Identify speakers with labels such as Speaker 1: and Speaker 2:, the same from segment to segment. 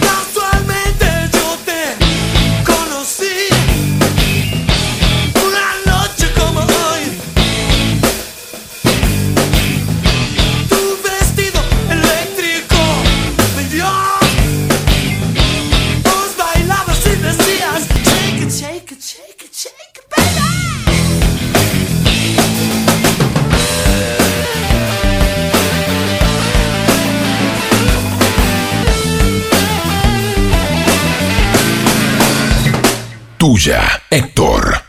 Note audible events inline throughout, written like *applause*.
Speaker 1: Casualmente yo te conocí una noche como hoy. Tu vestido eléctrico me dio. Vos bailabas y decías shake it, shake it, shake it, shake it, baby.
Speaker 2: Tuya, Héctor.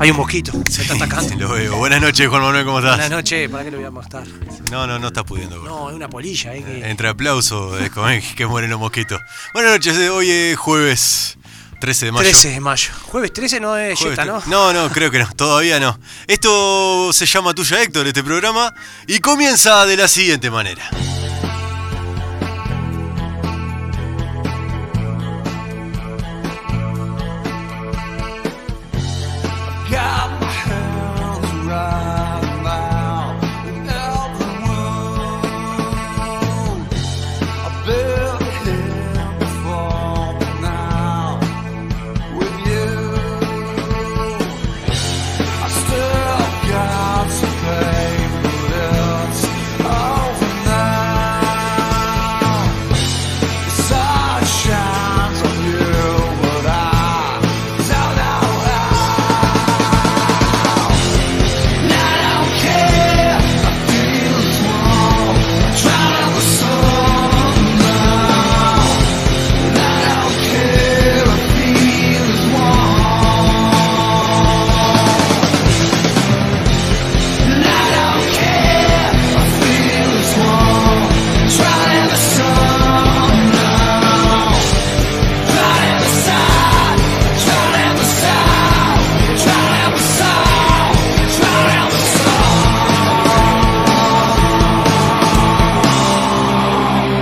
Speaker 3: Hay un mosquito, se está
Speaker 4: *laughs*
Speaker 3: atacando.
Speaker 4: Lo veo. Buenas noches, Juan Manuel, ¿cómo estás?
Speaker 3: Buenas noches, ¿para qué lo voy a mostrar?
Speaker 4: No, no, no estás pudiendo. gordo.
Speaker 3: No, es una polilla, ¿eh? que-
Speaker 4: Entre aplausos, de Comeng, que mueren los mosquitos. Buenas noches, eh, hoy es jueves 13 de mayo.
Speaker 3: 13 de mayo. Jueves 13 no es
Speaker 4: Jueves
Speaker 3: yeta, ¿no?
Speaker 4: tre- No, no, creo que no, todavía no. Esto se llama Tuya Héctor, este programa, y comienza de la siguiente manera.
Speaker 1: Got my hands around now in everyone. I've been here before, but now with you, I still got to pay, but it's over now. The sun shines on you, but I don't know how.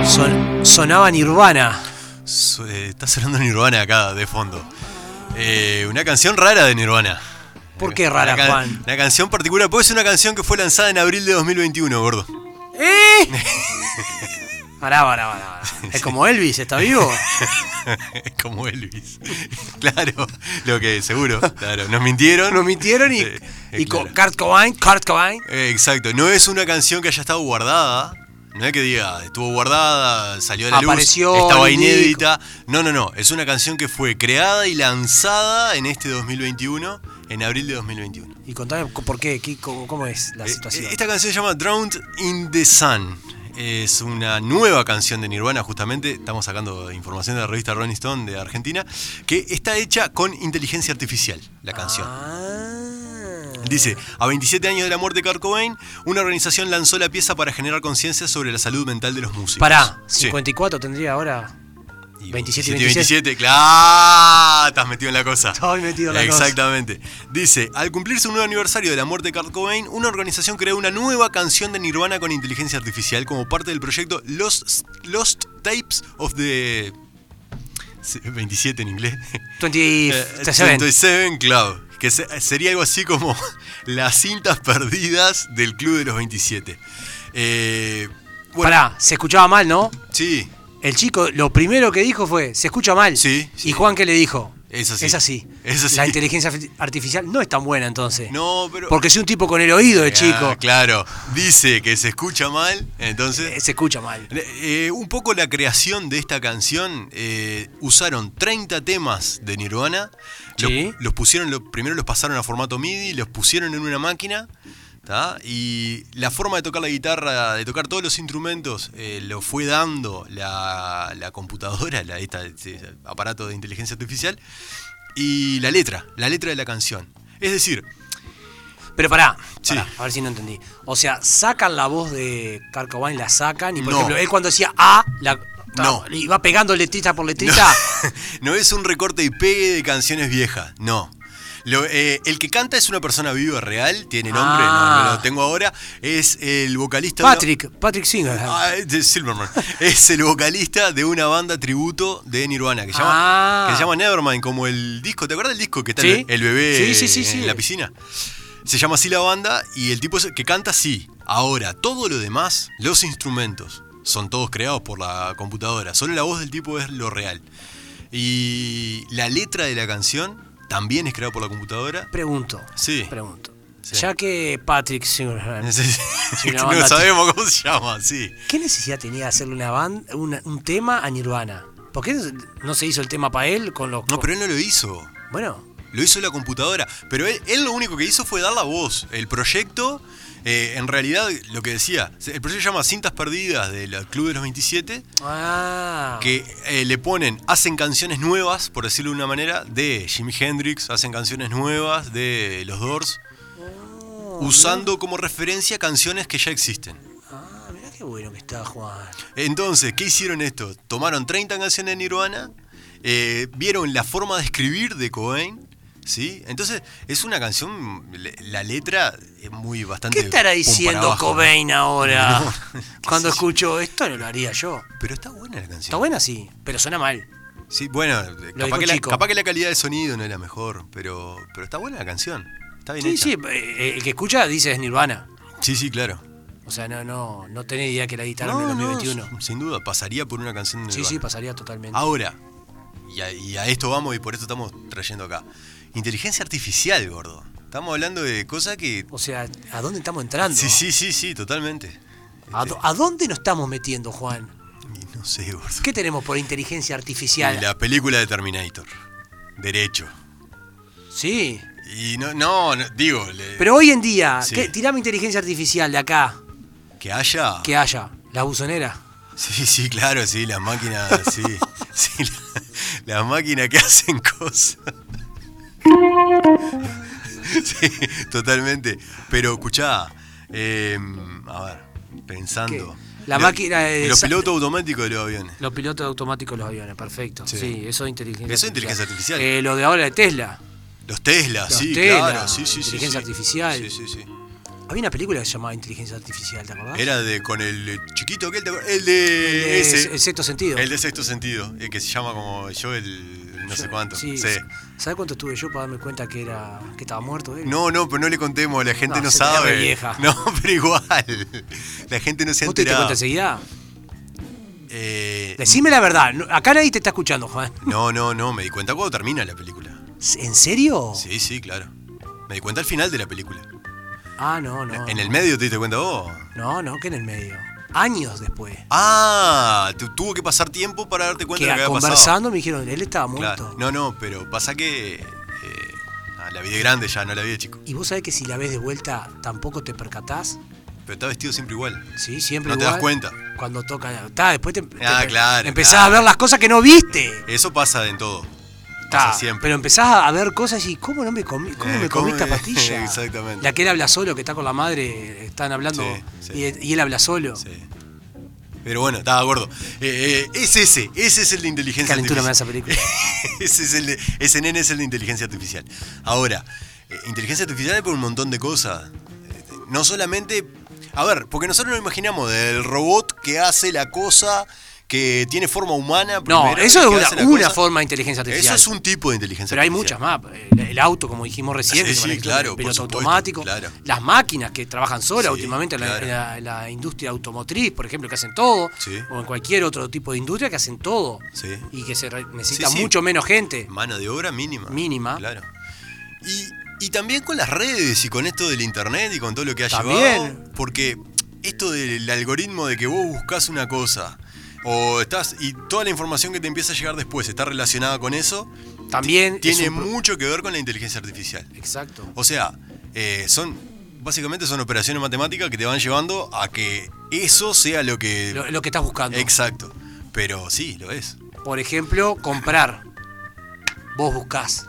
Speaker 3: Son- sonaba Nirvana.
Speaker 4: Su- eh, Está sonando Nirvana acá de fondo. Eh, una canción rara de Nirvana.
Speaker 3: ¿Por qué rara,
Speaker 4: Una ca-
Speaker 3: Juan?
Speaker 4: Una canción particular, porque es una canción que fue lanzada en abril de 2021, gordo.
Speaker 3: ¿Eh? *laughs* Pará, pará, pará,
Speaker 4: *laughs*
Speaker 3: pará. Es como Elvis, ¿está vivo?
Speaker 4: Como Elvis. *laughs* claro, lo que seguro. Claro, nos mintieron.
Speaker 3: Nos mintieron y,
Speaker 4: Eh,
Speaker 3: y
Speaker 4: claro.
Speaker 3: con Kurt Cobain, Kurt Cobain.
Speaker 4: Eh, exacto, no es una canción que haya estado guardada. No es que diga, "Ah, estuvo guardada, salió a la
Speaker 3: Apareció
Speaker 4: luz, estaba
Speaker 3: en un disco.
Speaker 4: inédita. No, no, no. Es una canción que fue creada y lanzada en este 2021, en abril de 2021.
Speaker 3: Y contame co- por qué, qué- cómo, cómo es la
Speaker 4: Eh,
Speaker 3: situación.
Speaker 4: Esta canción se llama Drowned in the Sun. Es una nueva canción de Nirvana, justamente. Estamos sacando información de la revista Rolling Stone de Argentina, que está hecha con inteligencia artificial, la canción.
Speaker 3: Ah.
Speaker 4: Dice, a 27 años de la muerte de Kurt Cobain, una organización lanzó la pieza para generar conciencia sobre la salud mental de los músicos.
Speaker 3: Pará,
Speaker 4: Sí.
Speaker 3: 54 tendría ahora.
Speaker 4: Y
Speaker 3: 27,
Speaker 4: 27, claro, estás metido en la cosa.
Speaker 3: Estoy metido en la cosa.
Speaker 4: Exactamente. Dice, al cumplirse un nuevo aniversario de la muerte de Kurt Cobain, una organización creó una nueva canción de Nirvana con inteligencia artificial como parte del proyecto Lost, Lost Tapes of the... 27 en inglés. *laughs* Eh,
Speaker 3: 27.
Speaker 4: 27 Club, que se- sería algo así como *laughs* las cintas perdidas del Club de los 27. Eh, bueno,
Speaker 3: Pará, se escuchaba mal, ¿no?
Speaker 4: sí,
Speaker 3: El chico lo primero que dijo fue, se escucha mal.
Speaker 4: Sí, sí.
Speaker 3: ¿Y Juan qué le dijo?
Speaker 4: Es así.
Speaker 3: Es así.
Speaker 4: Es así.
Speaker 3: La inteligencia arti- artificial no es tan buena entonces.
Speaker 4: no, pero...
Speaker 3: Porque si un tipo con el oído de chico
Speaker 4: Ah, claro, dice que se escucha mal, entonces...
Speaker 3: eh, se escucha mal.
Speaker 4: Eh, un poco la creación de esta canción, eh, usaron 30 temas de Nirvana, lo-
Speaker 3: Sí.
Speaker 4: los pusieron, lo- primero los pasaron a formato MIDI, los pusieron en una máquina, ¿tá? y la forma de tocar la guitarra, de tocar todos los instrumentos, eh, lo fue dando la, la computadora, la, esta- este aparato de inteligencia artificial, y la letra, la letra de la canción. Es decir,
Speaker 3: Pero pará,
Speaker 4: Sí.
Speaker 3: pará, a ver si no entendí. O sea, sacan la voz de Kurt Cobain, la sacan y por
Speaker 4: No.
Speaker 3: ejemplo, él cuando decía A, la,
Speaker 4: No.
Speaker 3: Y va pegando letrita por letrita.
Speaker 4: No *laughs* es un recorte y pegue de canciones viejas, no. Lo- eh, el que canta es una persona viva, real, tiene nombre, no, no
Speaker 3: Ah.
Speaker 4: lo tengo ahora. Es el vocalista. de una-
Speaker 3: Patrick, Patrick Singer.
Speaker 4: Ah, es de Silverman. *laughs* es el vocalista de una banda tributo de Nirvana que,
Speaker 3: Ah.
Speaker 4: llama, que se llama Nevermind, como el disco. ¿Te acuerdas del disco que está
Speaker 3: Sí.
Speaker 4: el, el bebé
Speaker 3: Sí, sí, sí,
Speaker 4: en
Speaker 3: sí.
Speaker 4: la piscina? Se llama así la banda y el tipo es- que canta sí. Ahora, todo lo demás, los instrumentos, son todos creados por la computadora. Solo la voz del tipo es lo real. Y la letra de la canción también es creada por la computadora. *laughs*
Speaker 3: Pregunto.
Speaker 4: Sí.
Speaker 3: Pregunto.
Speaker 4: Sí.
Speaker 3: Ya que Patrick Singer.
Speaker 4: Sí, sí.
Speaker 3: Sí, la
Speaker 4: *laughs* no
Speaker 3: banda-
Speaker 4: sabemos cómo se llama, sí.
Speaker 3: ¿Qué necesidad tenía de hacerle una ban- una- un tema a Nirvana? ¿Por qué no se hizo el tema para él con los...
Speaker 4: No, pero él no lo hizo.
Speaker 3: Bueno,
Speaker 4: Lo hizo la computadora. Pero él, él lo único que hizo fue dar la voz. El proyecto, eh, en realidad, lo que decía, se- el proyecto se llama Cintas Perdidas del Club de los 27,
Speaker 3: ah,
Speaker 4: que eh, le ponen, hacen canciones nuevas, por decirlo de una manera, de Jimi Hendrix, hacen canciones nuevas de Los Doors, usando como referencia canciones que ya existen.
Speaker 3: ah, mirá qué bueno que está Juan.
Speaker 4: Entonces, ¿qué hicieron esto? Tomaron 30 canciones de Nirvana, eh, vieron la forma de escribir de Cobain, ¿sí? Entonces, es una canción, le- la letra es muy bastante...
Speaker 3: ¿Qué estará
Speaker 4: pum para
Speaker 3: diciendo
Speaker 4: abajo.
Speaker 3: Cobain ahora?
Speaker 4: *laughs* No, qué
Speaker 3: Cuando
Speaker 4: sé yo.
Speaker 3: escucho esto no lo haría yo.
Speaker 4: Pero está buena la canción.
Speaker 3: Está buena, sí, pero suena mal.
Speaker 4: Sí, bueno,
Speaker 3: dijo
Speaker 4: capaz que, la,
Speaker 3: Chico.
Speaker 4: capaz que la calidad de sonido no era mejor, pero, pero está buena la canción. Está bien
Speaker 3: Sí,
Speaker 4: hecha.
Speaker 3: sí, eh, el que escucha dice es Nirvana.
Speaker 4: sí, sí, claro.
Speaker 3: O sea, no, no, no tenés idea que la guitarra en
Speaker 4: No,
Speaker 3: el
Speaker 4: no,
Speaker 3: 2021.
Speaker 4: sin duda, pasaría por una canción de
Speaker 3: sí, sí,
Speaker 4: Nirvana.
Speaker 3: pasaría totalmente.
Speaker 4: Ahora, y a, y a esto vamos y por esto estamos trayendo acá. Inteligencia artificial, gordo. Estamos hablando de cosas que...
Speaker 3: O sea, ¿a dónde estamos entrando?
Speaker 4: Sí, sí, sí, sí, totalmente.
Speaker 3: ¿A, do- a dónde nos estamos metiendo, Juan?
Speaker 4: Y No sé, gordo.
Speaker 3: ¿Qué tenemos por inteligencia artificial?
Speaker 4: Y La película de Terminator. Derecho.
Speaker 3: Sí.
Speaker 4: Y no, no, no, digo, le-
Speaker 3: Pero hoy en día,
Speaker 4: Sí.
Speaker 3: ¿qué- tirame inteligencia artificial de acá,
Speaker 4: que haya...
Speaker 3: que haya, la buzonera.
Speaker 4: Sí, sí, claro, sí, las máquinas, sí. sí la- las máquinas que hacen cosas. Sí, totalmente. Pero escuchá, eh, a ver, pensando.
Speaker 3: ¿Qué? La máquina de-
Speaker 4: Los pilotos automáticos de los aviones.
Speaker 3: Los pilotos automáticos de los aviones, perfecto. Sí,
Speaker 4: Sí.
Speaker 3: eso es inteligencia
Speaker 4: Eso es inteligencia artificial.
Speaker 3: Eh, lo de ahora de Tesla.
Speaker 4: Los Tesla,
Speaker 3: Los
Speaker 4: sí,
Speaker 3: Tesla,
Speaker 4: claro. Sí, sí, sí,
Speaker 3: inteligencia
Speaker 4: sí.
Speaker 3: artificial.
Speaker 4: Sí, sí, sí.
Speaker 3: Había una película que se llamaba Inteligencia Artificial, ¿te acordás?
Speaker 4: Era de con el chiquito aquel, ¿te acuerdas? el de
Speaker 3: Eh,
Speaker 4: ese.
Speaker 3: Ah, El sexto sentido.
Speaker 4: El de sexto sentido, eh, que se llama como yo el no sé cuánto.
Speaker 3: Sí.
Speaker 4: sí.
Speaker 3: ¿Sabes cuánto estuve yo para darme cuenta que era que estaba muerto? eh? él?
Speaker 4: No, no, pero no le contemos, la gente no,
Speaker 3: No, se te da
Speaker 4: sabe.
Speaker 3: re vieja.
Speaker 4: *laughs* No, pero igual. La gente no se ha
Speaker 3: ¿Vos te diste
Speaker 4: enterado.
Speaker 3: cuenta enseguida?
Speaker 4: Eh,
Speaker 3: Decime la verdad. no- Acá nadie te está escuchando, Juan.
Speaker 4: No, no, no, me di cuenta cuando termina la película.
Speaker 3: ¿En serio?
Speaker 4: Sí, sí, claro. Me di cuenta al final de la película.
Speaker 3: Ah, no, no.
Speaker 4: En el medio te diste cuenta vos.
Speaker 3: No, no, que en el medio. Años después.
Speaker 4: Ah, tu- tuvo que pasar tiempo para darte cuenta
Speaker 3: Que
Speaker 4: de lo que había
Speaker 3: conversando
Speaker 4: pasado.
Speaker 3: me dijeron, él estaba muerto.
Speaker 4: Claro. No, no, pero pasa que eh, ah, la vi de grande ya, no la vi de chico.
Speaker 3: Y vos sabés que si la ves de vuelta tampoco te percatás.
Speaker 4: Pero está vestido siempre igual.
Speaker 3: Sí, siempre
Speaker 4: No te
Speaker 3: igual.
Speaker 4: das cuenta.
Speaker 3: Cuando toca. Está, después te, te-
Speaker 4: Ah, claro,
Speaker 3: empezás
Speaker 4: claro.
Speaker 3: a ver las cosas que no viste.
Speaker 4: Eso pasa en todo.
Speaker 3: Ta,
Speaker 4: Pasa siempre.
Speaker 3: Pero empezás a ver cosas y ¿cómo no me comí, cómo
Speaker 4: Eh,
Speaker 3: me
Speaker 4: ¿cómo
Speaker 3: comí esta
Speaker 4: *laughs* me-
Speaker 3: pastilla?
Speaker 4: Exactamente.
Speaker 3: La que él habla solo, que está con la madre, están hablando
Speaker 4: Sí, sí.
Speaker 3: Y, él- y él habla solo.
Speaker 4: Sí. Pero bueno, estaba gordo. Eh, eh, es ese, ese es el de
Speaker 3: Qué
Speaker 4: inteligencia
Speaker 3: calentura me da esa
Speaker 4: artificial.
Speaker 3: película.
Speaker 4: *laughs* ese, es el de- ese nene es el de inteligencia artificial. Ahora, eh, inteligencia artificial es por un montón de cosas. Eh, No solamente. A ver, porque nosotros nos imaginamos del robot que hace la cosa, que tiene forma humana.
Speaker 3: No,
Speaker 4: primero,
Speaker 3: eso
Speaker 4: que
Speaker 3: es
Speaker 4: hace la
Speaker 3: una, una
Speaker 4: cosa.
Speaker 3: forma de inteligencia artificial.
Speaker 4: Eso es un tipo de inteligencia
Speaker 3: Pero hay muchas
Speaker 4: artificial.
Speaker 3: más. El, el auto, como dijimos recién,
Speaker 4: Sí,
Speaker 3: que se
Speaker 4: sí,
Speaker 3: maneja
Speaker 4: claro,
Speaker 3: con
Speaker 4: por
Speaker 3: piloto
Speaker 4: supuesto,
Speaker 3: automático.
Speaker 4: claro.
Speaker 3: Las máquinas que trabajan solas
Speaker 4: Sí,
Speaker 3: últimamente en la-
Speaker 4: claro.
Speaker 3: en, la, en la industria automotriz, por ejemplo, que hacen todo.
Speaker 4: Sí.
Speaker 3: O en cualquier otro tipo de industria que hacen todo.
Speaker 4: Sí.
Speaker 3: Y que se re- necesita
Speaker 4: Sí, sí.
Speaker 3: mucho menos gente.
Speaker 4: Mano de obra mínima.
Speaker 3: Mínima.
Speaker 4: Claro. Y, y también con las redes y con esto del internet y con todo lo que ha
Speaker 3: También.
Speaker 4: llevado. Porque esto del algoritmo de que vos buscas una cosa o estás y toda la información que te empieza a llegar después está relacionada con eso,
Speaker 3: También. es
Speaker 4: tiene
Speaker 3: un pro-
Speaker 4: mucho que ver con la inteligencia artificial.
Speaker 3: Exacto.
Speaker 4: O sea, eh, son básicamente son operaciones matemáticas que te van llevando a que eso sea lo que
Speaker 3: Lo, lo que estás buscando.
Speaker 4: exacto. Pero sí, lo es.
Speaker 3: por ejemplo, comprar. Vos buscás.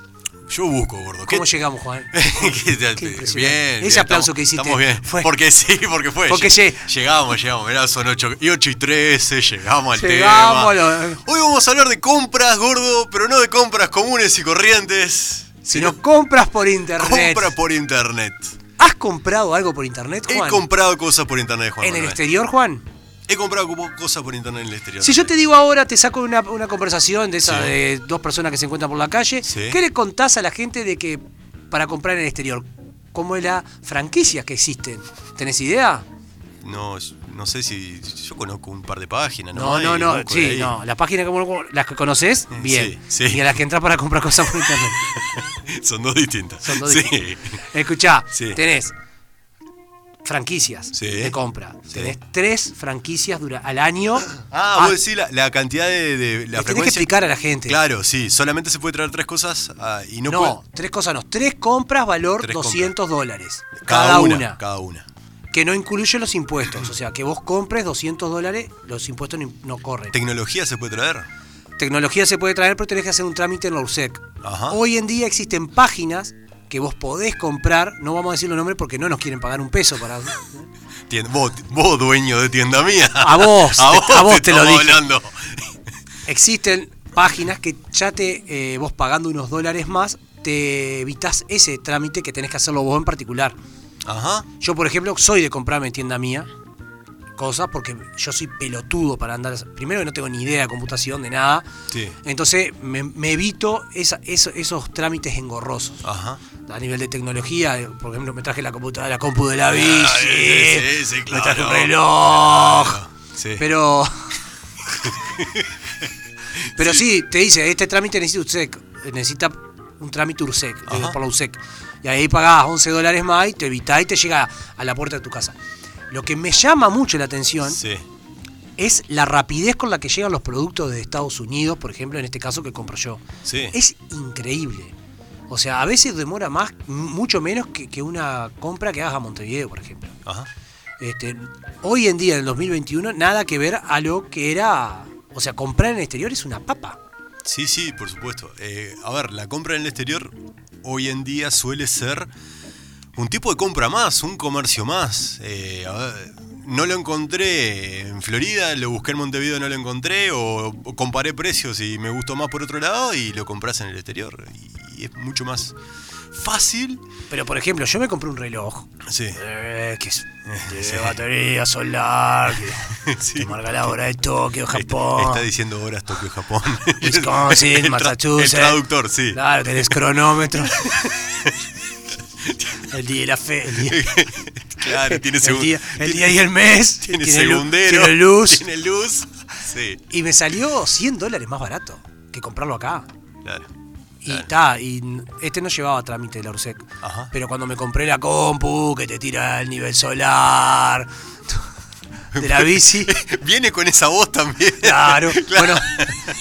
Speaker 4: Yo busco, gordo. ¿Qué-
Speaker 3: ¿Cómo llegamos, Juan?
Speaker 4: ¿Qué tal?
Speaker 3: Qué impresionante.
Speaker 4: bien,
Speaker 3: Ese
Speaker 4: bien,
Speaker 3: aplauso
Speaker 4: estamos-
Speaker 3: que hiciste
Speaker 4: Estamos bien.
Speaker 3: fue-
Speaker 4: Porque sí, porque fue.
Speaker 3: Porque
Speaker 4: Lle-
Speaker 3: sí.
Speaker 4: Llegamos, llegamos. Mirá, son 8 y, 8 y 13, llegamos *laughs* al
Speaker 3: Llegamos,
Speaker 4: tema.
Speaker 3: lo-
Speaker 4: Hoy vamos a hablar de compras, gordo, pero no de compras comunes y corrientes.
Speaker 3: Si nos compras por internet.
Speaker 4: compra por internet.
Speaker 3: ¿Has comprado algo por internet,
Speaker 4: He
Speaker 3: Juan?
Speaker 4: comprado cosas por internet, Juan.
Speaker 3: ¿En el
Speaker 4: Manuel.
Speaker 3: exterior, Juan?
Speaker 4: He comprado como- cosas por internet en el exterior.
Speaker 3: Si yo te digo ahora, te saco una, una conversación de esas
Speaker 4: Sí.
Speaker 3: de dos personas que se encuentran por la calle,
Speaker 4: Sí.
Speaker 3: ¿qué le contás a la gente de que para comprar en el exterior? ¿Cómo es la franquicia que existen? ¿Tenés idea?
Speaker 4: No, no sé si. Yo conozco un par de páginas,
Speaker 3: No,
Speaker 4: ¿no?
Speaker 3: no,
Speaker 4: Y
Speaker 3: no,
Speaker 4: busco
Speaker 3: sí,
Speaker 4: ahí.
Speaker 3: no. Las páginas como las que conoces,
Speaker 4: Sí,
Speaker 3: bien.
Speaker 4: sí.
Speaker 3: Y a las que entras para comprar cosas
Speaker 4: *laughs*
Speaker 3: por internet.
Speaker 4: *laughs* Son dos distintas.
Speaker 3: Son dos
Speaker 4: Sí.
Speaker 3: distintas. Escuchá,
Speaker 4: Sí.
Speaker 3: tenés franquicias
Speaker 4: Sí.
Speaker 3: de compra.
Speaker 4: Sí.
Speaker 3: Tenés tres franquicias dura- al año. Ah,
Speaker 4: Ah, vos decís la, la cantidad de, de- la
Speaker 3: le tenés que
Speaker 4: frecuencia.
Speaker 3: explicar a la gente.
Speaker 4: Claro, sí. Solamente se puede traer tres cosas ah, y
Speaker 3: Este,
Speaker 4: no,
Speaker 3: No,
Speaker 4: puede-
Speaker 3: tres cosas no. Tres compras valor
Speaker 4: Tres
Speaker 3: 200 dólares. Cada, una.
Speaker 4: Cada una.
Speaker 3: Que no incluye los impuestos. O sea, que vos compres 200 dólares, los impuestos no, no corren.
Speaker 4: ¿Tecnología se puede traer?
Speaker 3: Tecnología se puede traer, pero tenés que hacer un trámite en la URSEC.
Speaker 4: Ajá.
Speaker 3: Hoy en día existen páginas que vos podés comprar. No vamos a decir los nombres porque no nos quieren pagar un peso para.
Speaker 4: Tien- vos, vos, dueño de tienda mía.
Speaker 3: A vos,
Speaker 4: *laughs* a
Speaker 3: te-
Speaker 4: vos,
Speaker 3: a vos te lo
Speaker 4: estamos
Speaker 3: dije.
Speaker 4: hablando.
Speaker 3: Existen páginas que ya te. eh, vos pagando unos dólares más, te evitas ese trámite que tenés que hacerlo vos en particular.
Speaker 4: Ajá.
Speaker 3: Yo, por ejemplo, soy de comprarme en tienda mía cosas porque yo soy pelotudo para andar. Primero que no tengo ni idea de computación, de nada.
Speaker 4: Sí.
Speaker 3: Entonces me, me evito esa- eso- esos trámites engorrosos.
Speaker 4: Ajá.
Speaker 3: A nivel de tecnología, eh, por ejemplo, me traje la computadora, la compu de la bici,
Speaker 4: Ah, sí, sí,
Speaker 3: me traje
Speaker 4: claro.
Speaker 3: un reloj.
Speaker 4: Sí. *laughs*
Speaker 3: Pero. pero sí. te dice, este trámite necesita URSEC. Necesita un trámite URSEC, de-
Speaker 4: Ajá.
Speaker 3: por la URSEC. Y ahí pagás 11 dólares más y te evitás y te llega a la puerta de tu casa. Lo que me llama mucho la atención
Speaker 4: sí.
Speaker 3: es la rapidez con la que llegan los productos de Estados Unidos, por ejemplo, en este caso que compro yo.
Speaker 4: Sí.
Speaker 3: Es increíble. O sea, a veces demora más, mucho menos que, que una compra que hagas a Montevideo, por ejemplo.
Speaker 4: Ajá.
Speaker 3: Este, hoy en día, en el 2021, nada que ver a lo que era. O sea, comprar en el exterior es una papa.
Speaker 4: Sí, sí, por supuesto. Eh, a ver, la compra en el exterior hoy en día suele ser un tipo de compra más, un comercio más. Eh, a ver, no lo encontré en Florida, lo busqué en Montevideo, no lo encontré, o, o comparé precios y me gustó más por otro lado y lo compras en el exterior. Y, es mucho más fácil.
Speaker 3: Pero, por ejemplo, yo me compré un reloj.
Speaker 4: Sí. *laughs*
Speaker 3: eh, que es de batería solar, que
Speaker 4: *laughs* Sí.
Speaker 3: te marca la hora de Tokio,
Speaker 4: Está,
Speaker 3: Japón.
Speaker 4: está diciendo horas Tokio, Japón.
Speaker 3: Wisconsin,
Speaker 4: *laughs* El tra-
Speaker 3: Massachusetts.
Speaker 4: El traductor, sí.
Speaker 3: Claro, tenés
Speaker 4: *laughs*
Speaker 3: cronómetro. el día y la fe. El día,
Speaker 4: claro, tiene
Speaker 3: el
Speaker 4: segundo.
Speaker 3: día- el día y el mes.
Speaker 4: Tiene,
Speaker 3: lu-
Speaker 4: segundero.
Speaker 3: tiene luz.
Speaker 4: *laughs* Tiene luz. Sí,
Speaker 3: Y me salió 100 dólares más barato que comprarlo acá.
Speaker 4: claro.
Speaker 3: Y está, y n- este no llevaba trámite de la URSEC.
Speaker 4: Ajá.
Speaker 3: Pero cuando me compré la compu, que te tira el nivel solar, *laughs* de la bici.
Speaker 4: Viene con esa voz también.
Speaker 3: *laughs* Claro.
Speaker 4: Claro.
Speaker 3: Bueno,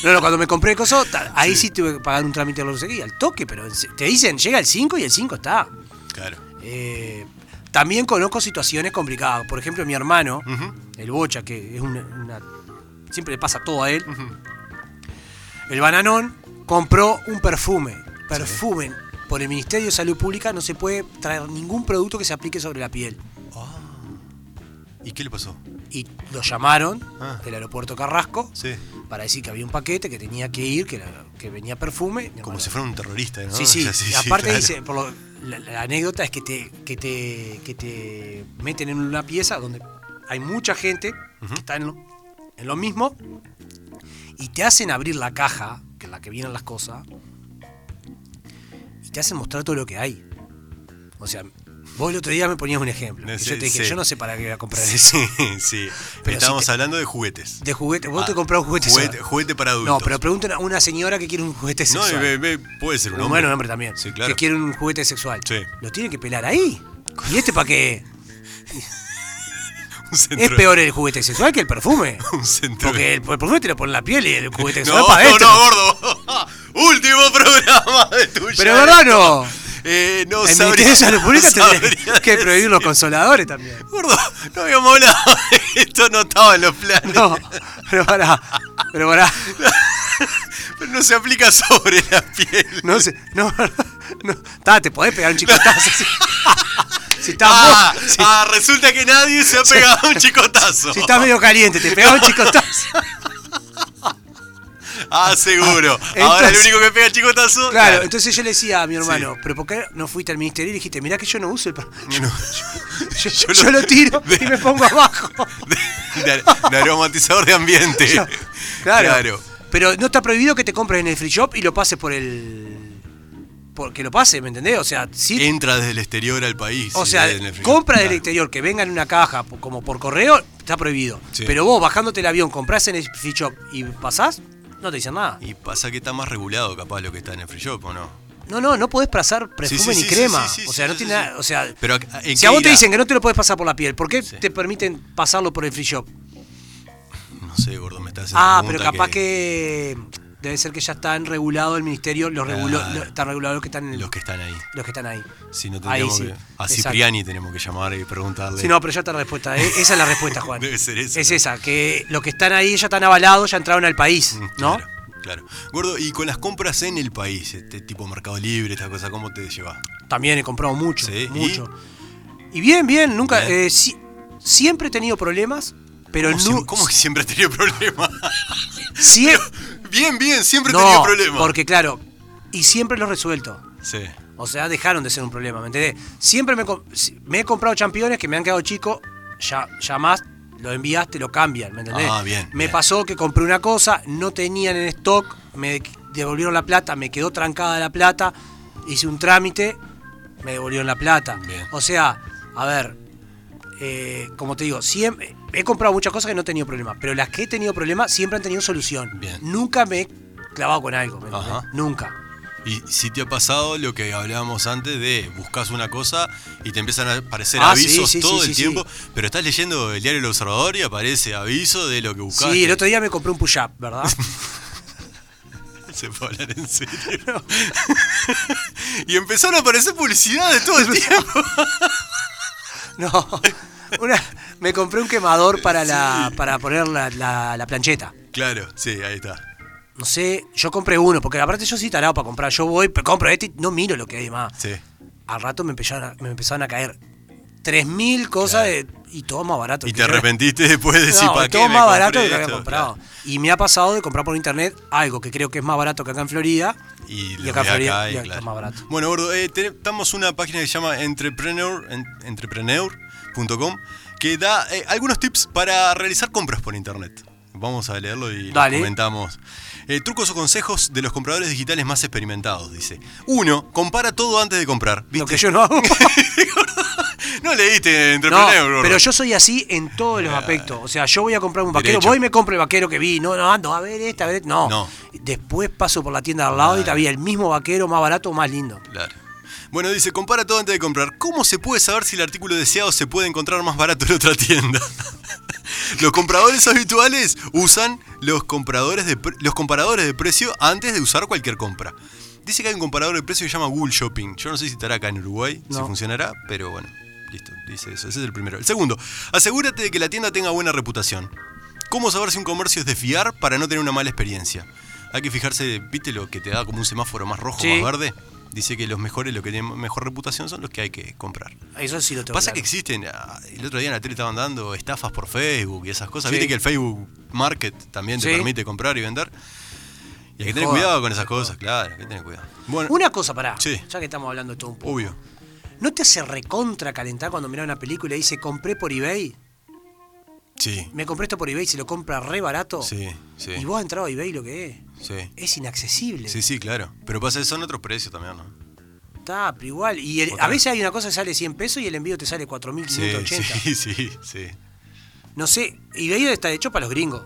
Speaker 3: no, no, cuando me compré el coso, ta- ahí sí. tuve que pagar un trámite de la URSEC y al toque, pero en se- te dicen, llega el 5 y el 5 está.
Speaker 4: Claro.
Speaker 3: Eh, también conozco situaciones complicadas. Por ejemplo, mi hermano,
Speaker 4: Ujú.
Speaker 3: el Bocha, que es una, una- Siempre le pasa todo a él. El bananón compró un perfume. Perfume. Por el Ministerio de Salud Pública no se puede traer ningún producto que se aplique sobre la piel.
Speaker 4: ¿Y qué le pasó?
Speaker 3: Y lo llamaron
Speaker 4: Ah.
Speaker 3: del aeropuerto Carrasco
Speaker 4: Sí.
Speaker 3: para decir que había un paquete que tenía que ir, que, la- que venía perfume. Mi
Speaker 4: Como
Speaker 3: hermano-
Speaker 4: si fuera un terrorista, ¿no?
Speaker 3: Sí,
Speaker 4: O *laughs*
Speaker 3: sí.
Speaker 4: sea,
Speaker 3: Y aparte
Speaker 4: claro.
Speaker 3: dice, por lo- la, la anécdota es que te, que, te, que te meten en una pieza donde hay mucha gente que está en lo, en lo mismo y te hacen abrir la caja, que es la que vienen las cosas, y te hacen mostrar todo lo que hay. O sea, vos el otro día me ponías un ejemplo.
Speaker 4: No
Speaker 3: que
Speaker 4: sé,
Speaker 3: yo te dije,
Speaker 4: sí.
Speaker 3: yo no sé para qué voy a comprar
Speaker 4: Sí,
Speaker 3: eso.
Speaker 4: sí, sí.
Speaker 3: Pero
Speaker 4: Estábamos
Speaker 3: sí que-
Speaker 4: hablando de juguetes.
Speaker 3: De juguete, vos te
Speaker 4: Ah,
Speaker 3: comprás un juguete,
Speaker 4: Juguete,
Speaker 3: sexual.
Speaker 4: juguete para adultos.
Speaker 3: No, pero pregunten a una señora que quiere un juguete
Speaker 4: No,
Speaker 3: sexual.
Speaker 4: eh, eh, puede ser un
Speaker 3: Un
Speaker 4: hombre.
Speaker 3: bueno, un hombre también.
Speaker 4: Sí, claro.
Speaker 3: Que quiere un juguete sexual.
Speaker 4: Sí.
Speaker 3: Lo tiene que pelar ahí. ¿Y este para
Speaker 4: *laughs*
Speaker 3: qué?
Speaker 4: Un centro,
Speaker 3: Es peor el juguete sexual que el perfume.
Speaker 4: *laughs* Un centro. *laughs*
Speaker 3: Porque el, el perfume te lo pone en la piel y el juguete
Speaker 4: No,
Speaker 3: sexual
Speaker 4: no,
Speaker 3: para esto.
Speaker 4: no, gordo. *laughs* Último programa de tuya.
Speaker 3: Pero verdad no.
Speaker 4: Eh, no
Speaker 3: El
Speaker 4: sabría-
Speaker 3: Ministerio de Salud Pública
Speaker 4: *laughs* no
Speaker 3: tendría
Speaker 4: sabría
Speaker 3: que prohibir los consoladores también.
Speaker 4: *laughs* Gordo, no habíamos hablado. Esto no estaba en los planes.
Speaker 3: No, pero pará, pero pará.
Speaker 4: *laughs* Pero no se aplica sobre la piel.
Speaker 3: No *laughs* sé, no, No, ta, te podés pegar un chicotazo.
Speaker 4: *laughs*
Speaker 3: si, si estás
Speaker 4: Ah,
Speaker 3: mo- si-
Speaker 4: ah, resulta que nadie se ha
Speaker 3: *laughs*
Speaker 4: pegado un chicotazo.
Speaker 3: si estás medio caliente, te pegas un
Speaker 4: *laughs*
Speaker 3: chicotazo.
Speaker 4: Ah, seguro.
Speaker 3: Ah,
Speaker 4: Ahora el
Speaker 3: entonces-
Speaker 4: único que pega el chicotazo. *laughs*
Speaker 3: Claro, entonces yo le decía a mi hermano, pero ¿por qué no fuiste al ministerio? Y dijiste, mirá que yo no uso el... pa- *laughs* Yo, yo-
Speaker 4: Yo
Speaker 3: yo
Speaker 4: lo-
Speaker 3: lo tiro y me pongo abajo.
Speaker 4: *laughs*
Speaker 3: *laughs*
Speaker 4: De, de aromatizador de ambiente.
Speaker 3: Claro. Pero no está prohibido que te compres en el free shop y lo pases por el... Por, que lo pase, ¿me entendés? O sea, sí...
Speaker 4: Entra desde el exterior al país.
Speaker 3: o
Speaker 4: y
Speaker 3: sea,
Speaker 4: de- en el frío.
Speaker 3: compra del
Speaker 4: Claro.
Speaker 3: exterior que venga en una caja po- como por correo, está prohibido.
Speaker 4: Sí.
Speaker 3: Pero vos bajándote el avión, comprás en el free shop y pasás, no te dicen nada.
Speaker 4: Y pasa que está más regulado capaz lo que está en el free shop, ¿o no?
Speaker 3: No, no, no podés pasar perfume
Speaker 4: sí,
Speaker 3: ni
Speaker 4: sí,
Speaker 3: crema.
Speaker 4: sí, sí,
Speaker 3: o
Speaker 4: sí,
Speaker 3: sea, no
Speaker 4: sí,
Speaker 3: tiene
Speaker 4: sí.
Speaker 3: nada. O sea,
Speaker 4: Pero, ¿a- en
Speaker 3: si
Speaker 4: qué
Speaker 3: a vos te
Speaker 4: irá?
Speaker 3: dicen que no te lo podés pasar por la piel, ¿por qué te permiten pasarlo por el free shop?
Speaker 4: No sé, gordo, me estás haciendo
Speaker 3: Ah, pero
Speaker 4: pregunta
Speaker 3: capaz que... Debe ser que ya están regulado el ministerio, los reguló,
Speaker 4: Claro.
Speaker 3: lo- están regulados los que están en el-
Speaker 4: Los que están ahí.
Speaker 3: los que están ahí.
Speaker 4: Si no
Speaker 3: Ahí
Speaker 4: tendríamos
Speaker 3: sí,
Speaker 4: que- a
Speaker 3: exacto.
Speaker 4: Cipriani tenemos que llamar y preguntarle.
Speaker 3: Sí, no, pero ya está la respuesta. e- Esa es la respuesta, Juan.
Speaker 4: *laughs* Debe ser eso,
Speaker 3: Es
Speaker 4: ¿no?
Speaker 3: esa, que los que están ahí ya están avalados, ya entraron al país,
Speaker 4: Mm,
Speaker 3: ¿no?
Speaker 4: Claro, claro. Gordo, y con las compras en el país, este tipo Mercado Libre, esta cosa, ¿cómo te llevas?
Speaker 3: También he comprado mucho,
Speaker 4: Sí, ¿y?
Speaker 3: mucho. Y bien, bien, nunca...
Speaker 4: Bien.
Speaker 3: eh, sí- siempre he tenido problemas, pero
Speaker 4: ¿Cómo,
Speaker 3: nu-
Speaker 4: siem- cómo que siempre has
Speaker 3: *laughs*
Speaker 4: tenido *laughs* problemas? *laughs*
Speaker 3: sie-
Speaker 4: bien, bien, siempre he
Speaker 3: No,
Speaker 4: tenido problemas.
Speaker 3: porque claro, y siempre los resuelto.
Speaker 4: Sí,
Speaker 3: O sea, dejaron de ser un problema, ¿me entendés? Siempre me, com- si- me he comprado championes que me han quedado chicos, ya, ya más, lo envías, te lo cambian, ¿me entendés?
Speaker 4: Ah, bien,
Speaker 3: Me
Speaker 4: bien.
Speaker 3: pasó que compré una cosa, no tenían en stock, me de- devolvieron la plata, me quedó trancada la plata, hice un trámite, me devolvieron la plata.
Speaker 4: Bien.
Speaker 3: O sea, a ver, eh, como te digo, siempre he comprado muchas cosas que no he tenido problemas, pero las que he tenido problemas siempre han tenido solución.
Speaker 4: Bien.
Speaker 3: Nunca me he clavado con algo, ¿me entendés?
Speaker 4: Ajá.
Speaker 3: Nunca.
Speaker 4: Y si te ha pasado lo que hablábamos antes de buscas una cosa y te empiezan a aparecer
Speaker 3: Ah, sí,
Speaker 4: avisos
Speaker 3: sí,
Speaker 4: todo
Speaker 3: sí,
Speaker 4: el
Speaker 3: sí,
Speaker 4: tiempo, pero estás leyendo el diario El Observador y aparece aviso de lo que buscas.
Speaker 3: Sí, el otro día me compré un push-up, ¿verdad?
Speaker 4: *laughs*
Speaker 3: *laughs*
Speaker 4: Se puede hablar en serio. *laughs* y empezaron a aparecer publicidades
Speaker 3: *laughs*
Speaker 4: todo el tiempo.
Speaker 3: No. Una, me compré un quemador para la para poner la, la- la plancheta.
Speaker 4: Claro, sí, ahí está.
Speaker 3: No sé, yo compré uno, porque aparte yo soy tarado para comprar. Yo voy, pe- compro este y no miro lo que hay más.
Speaker 4: Sí.
Speaker 3: Al rato me empezaron a, me empezaron a caer 3.000 cosas de- y todo más barato.
Speaker 4: Y
Speaker 3: que
Speaker 4: te
Speaker 3: yo-
Speaker 4: arrepentiste después de decir
Speaker 3: No,
Speaker 4: para
Speaker 3: y
Speaker 4: qué.
Speaker 3: todo
Speaker 4: me
Speaker 3: más
Speaker 4: compré
Speaker 3: barato que lo que había
Speaker 4: esto?"
Speaker 3: comprado.
Speaker 4: Claro.
Speaker 3: Y me ha pasado de comprar por internet algo que creo que es más barato que acá en Florida.
Speaker 4: Y,
Speaker 3: y
Speaker 4: lo
Speaker 3: acá en
Speaker 4: de acá,
Speaker 3: Florida
Speaker 4: y
Speaker 3: y acá
Speaker 4: claro.
Speaker 3: está más barato.
Speaker 4: Bueno, gordo, eh, te- estamos una página que se llama Entrepreneur, en- entrepreneur.com que da eh, algunos tips para realizar compras por internet. Vamos a leerlo y lo
Speaker 3: Dale.
Speaker 4: comentamos. Eh, trucos o consejos de los compradores digitales más experimentados, dice. Uno, compara todo antes de comprar. *laughs*
Speaker 3: Lo que yo no hago.
Speaker 4: No leíste
Speaker 3: No,
Speaker 4: Entrepreneur, gordo.
Speaker 3: pero yo soy así en todos los aspectos. O sea, yo voy a comprar un vaquero,
Speaker 4: Ah, Derecho.
Speaker 3: voy y me compro el vaquero que vi. No, no, ando a ver esta, a ver esta. No.
Speaker 4: No.
Speaker 3: Después paso por la tienda de al lado y
Speaker 4: Claro.
Speaker 3: había el mismo vaquero, más barato o más lindo.
Speaker 4: Claro. Bueno, dice, compara todo antes de comprar. ¿Cómo se puede saber si el artículo deseado se puede encontrar más barato en otra tienda? *laughs* los compradores habituales usan los, compradores de pre- los comparadores de precio antes de usar cualquier compra. Dice que hay un comparador de precio que se llama Google Shopping. Yo no sé si estará acá en Uruguay, si
Speaker 3: No.
Speaker 4: funcionará, pero bueno, listo, dice eso. Ese es el primero. El segundo, asegúrate de que la tienda tenga buena reputación. ¿Cómo saber si un comercio es de fiar para no tener una mala experiencia? Hay que fijarse, viste lo que te da como un semáforo más rojo,
Speaker 3: Sí.
Speaker 4: más verde. Dice que los mejores, los que tienen mejor reputación son los que hay que comprar.
Speaker 3: Eso sí lo tengo.
Speaker 4: Pasa que
Speaker 3: claro.
Speaker 4: existen, ah, el otro día en la tele estaban dando estafas por Facebook y esas cosas.
Speaker 3: Sí.
Speaker 4: Viste que el Facebook Market también te
Speaker 3: Sí.
Speaker 4: permite comprar y vender. Y hay que tener
Speaker 3: joda,
Speaker 4: cuidado con esas cosas, claro, hay que tener cuidado. Bueno,
Speaker 3: Una cosa, pará.
Speaker 4: Sí.
Speaker 3: Ya que estamos hablando de todo un poco.
Speaker 4: obvio.
Speaker 3: ¿No te hace recontra calentar cuando mirás una película y dice compré por eBay?
Speaker 4: Sí,
Speaker 3: Me compré esto por eBay y se lo compra re barato.
Speaker 4: sí, sí.
Speaker 3: Oh. Y vos has entrado a eBay lo que es.
Speaker 4: Sí.
Speaker 3: Es inaccesible.
Speaker 4: Sí, sí, claro. Pero pasa que son otros precios también, ¿no?
Speaker 3: Está, pero igual. Y el-
Speaker 4: Otra
Speaker 3: a
Speaker 4: vez.
Speaker 3: veces hay una cosa que sale 100 pesos y el envío te sale 4.580.
Speaker 4: sí, *laughs* sí, sí.
Speaker 3: No sé, eBay está hecho para los gringos.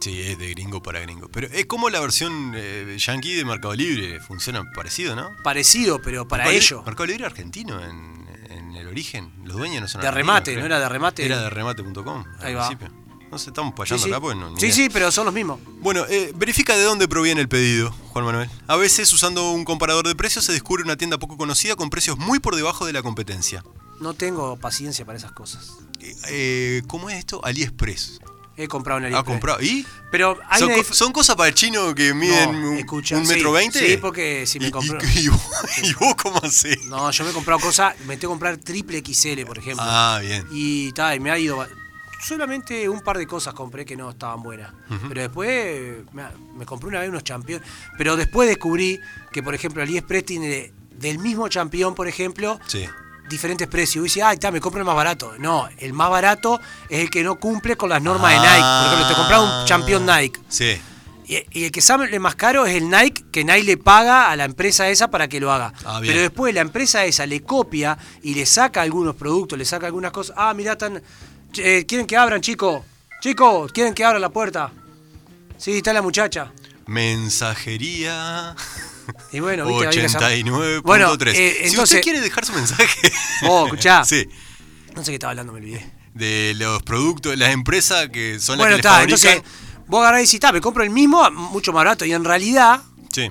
Speaker 4: Sí, es de gringo para gringo. Pero es como la versión eh, yankee de Mercado Libre. Funciona parecido, ¿no?
Speaker 3: Parecido, pero para
Speaker 4: Mercado Libre-
Speaker 3: ellos.
Speaker 4: Mercado Libre argentino en, en el origen. Los dueños no son
Speaker 3: De
Speaker 4: argentinos,
Speaker 3: remate,
Speaker 4: creo.
Speaker 3: ¿no era de remate?
Speaker 4: Era de remate.com.
Speaker 3: Ahí
Speaker 4: al
Speaker 3: va.
Speaker 4: principio. No sé, estamos
Speaker 3: Sí,
Speaker 4: payando
Speaker 3: sí.
Speaker 4: acá, pues no. ni
Speaker 3: sí,
Speaker 4: idea.
Speaker 3: sí, pero son los mismos.
Speaker 4: Bueno, eh, verifica de dónde proviene el pedido, Juan Manuel. A veces, usando un comparador de precios, se descubre una tienda poco conocida con precios muy por debajo de la competencia.
Speaker 3: No tengo paciencia para esas cosas.
Speaker 4: Eh, eh, ¿Cómo es esto? AliExpress.
Speaker 3: He comprado en
Speaker 4: Ha
Speaker 3: AliExpress.
Speaker 4: comprado. ¿Y?
Speaker 3: Pero hay
Speaker 4: ¿Son,
Speaker 3: una
Speaker 4: co-
Speaker 3: dif-
Speaker 4: son cosas para el chino que miden
Speaker 3: No,
Speaker 4: un,
Speaker 3: escucha,
Speaker 4: un metro
Speaker 3: sí,
Speaker 4: veinte?
Speaker 3: sí, porque si me
Speaker 4: Y- y-
Speaker 3: compró-
Speaker 4: *laughs* Y, vos, y vos cómo hacés?
Speaker 3: No, yo me he comprado cosas, me tengo que comprar triple XL, por ejemplo.
Speaker 4: Ah, bien.
Speaker 3: Y ta, y me ha ido. ba- Solamente un par de cosas compré que no estaban buenas. Pero después eh, me, me compré una vez unos campeones. Pero después descubrí que, por ejemplo, AliExpress tiene de- del mismo campeón, por ejemplo,
Speaker 4: Sí.
Speaker 3: diferentes precios. Y dice, ah, está, me compro el más barato. No, el más barato es el que no cumple con las normas
Speaker 4: Ah.
Speaker 3: de Nike. Por ejemplo, te compras un campeón Nike.
Speaker 4: Sí.
Speaker 3: Y, y el que sale más caro es el Nike, que Nike le paga a la empresa esa para que lo haga.
Speaker 4: Ah, bien.
Speaker 3: Pero después la empresa esa le copia y le saca algunos productos, le saca algunas cosas. Ah, mirá, están. eh, ¿Quieren que abran, chico? Chico, ¿quieren que abra la puerta? Sí, está la muchacha.
Speaker 4: Mensajería.
Speaker 3: Y bueno, viste, ahí la llama-
Speaker 4: 89.3.
Speaker 3: Bueno, eh,
Speaker 4: si
Speaker 3: entonces-
Speaker 4: usted quiere dejar
Speaker 3: *laughs*
Speaker 4: su mensaje.
Speaker 3: Oh, escuchá.
Speaker 4: *laughs* Sí.
Speaker 3: No sé qué estaba hablando, me olvidé.
Speaker 4: De los productos, las empresas que son las
Speaker 3: Bueno,
Speaker 4: que les
Speaker 3: está,
Speaker 4: fabrican.
Speaker 3: entonces vos agarrás y decís, está, me compro el mismo, mucho más barato. Y en realidad,
Speaker 4: Sí.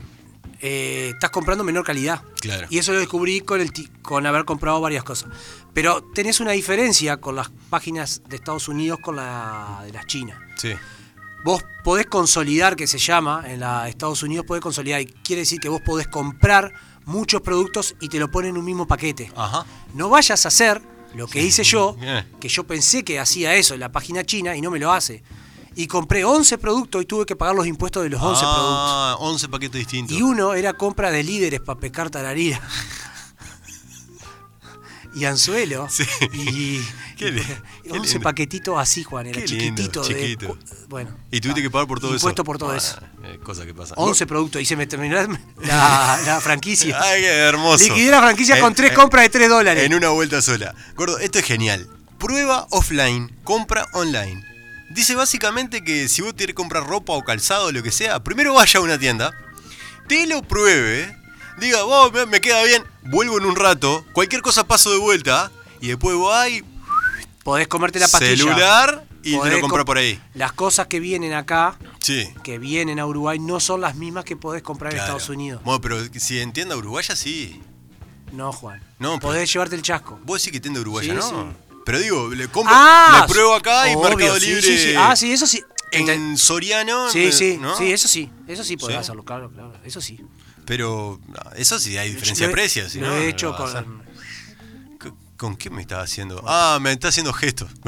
Speaker 3: eh, estás comprando menor calidad.
Speaker 4: Claro.
Speaker 3: Y eso lo descubrí con, el ti- con haber comprado varias cosas. Pero tenés una diferencia con las páginas de Estados Unidos con la de las chinas.
Speaker 4: Sí.
Speaker 3: Vos podés consolidar, que se llama, en la de Estados Unidos podés consolidar, y quiere decir que vos podés comprar muchos productos y te lo ponen en un mismo paquete.
Speaker 4: Ajá.
Speaker 3: No vayas a hacer lo que hice yo,
Speaker 4: *laughs* Eh.
Speaker 3: que yo pensé que hacía eso en la página china y no me lo hace. Y compré 11 productos y tuve que pagar los impuestos de los 11 productos.
Speaker 4: ah, 11 paquetes distintos.
Speaker 3: Y uno era compra de líderes para pescar tararira. *laughs* Y anzuelo.
Speaker 4: Sí.
Speaker 3: Y,
Speaker 4: *laughs* Qué li- qué
Speaker 3: 11
Speaker 4: lindo.
Speaker 3: paquetitos así, Juan. Era
Speaker 4: Qué lindo,
Speaker 3: chiquitito. de-
Speaker 4: chiquito.
Speaker 3: cu- bueno.
Speaker 4: Y tuviste que pagar por todo
Speaker 3: Impuesto
Speaker 4: eso.
Speaker 3: por todo
Speaker 4: Ah,
Speaker 3: eso.
Speaker 4: eh, cosa que pasa.
Speaker 3: 11 productos. Y se me terminó
Speaker 4: *laughs*
Speaker 3: la, la- la franquicia.
Speaker 4: Ay, qué hermoso.
Speaker 3: Liquidé la franquicia
Speaker 4: Eh,
Speaker 3: con tres
Speaker 4: eh,
Speaker 3: compras de 3 dólares.
Speaker 4: En una vuelta sola. Gordo, esto es genial. Prueba offline, compra online. Dice básicamente que si vos querés comprar ropa o calzado o lo que sea, primero vaya a una tienda, te lo pruebe, diga, vos me, me queda bien, vuelvo en un rato, cualquier cosa paso de vuelta, y después vos hay
Speaker 3: Podés comerte la pastilla.
Speaker 4: celular y te
Speaker 3: Podés
Speaker 4: lo compras
Speaker 3: com-
Speaker 4: por ahí.
Speaker 3: Las cosas que vienen acá,
Speaker 4: Sí.
Speaker 3: que vienen a Uruguay, no son las mismas que podés comprar en Estados Unidos.
Speaker 4: Bueno, pero si en tienda uruguaya sí.
Speaker 3: No, Juan.
Speaker 4: No, pero-
Speaker 3: podés llevarte el chasco.
Speaker 4: Vos decís que tienda uruguaya,
Speaker 3: Sí,
Speaker 4: ¿no?
Speaker 3: sí.
Speaker 4: Pero digo, le compro, le pruebo acá y
Speaker 3: ¡Ah! obvio,
Speaker 4: Mercado
Speaker 3: sí,
Speaker 4: Libre.
Speaker 3: sí, sí. Ah, sí, eso sí. Ente-
Speaker 4: En Soriano.
Speaker 3: Sí,
Speaker 4: eh,
Speaker 3: sí,
Speaker 4: ¿no?
Speaker 3: sí, eso sí. Eso sí podés
Speaker 4: Sí.
Speaker 3: hacerlo, claro, claro. Eso sí.
Speaker 4: Pero ah, eso sí hay diferencia
Speaker 3: Lo
Speaker 4: de
Speaker 3: he-
Speaker 4: precios. si
Speaker 3: Lo
Speaker 4: no, no
Speaker 3: he hecho
Speaker 4: vas a hacer.
Speaker 3: con,
Speaker 4: ¿Con- ¿Con qué me estaba haciendo? Ah, me está haciendo gestos. *laughs*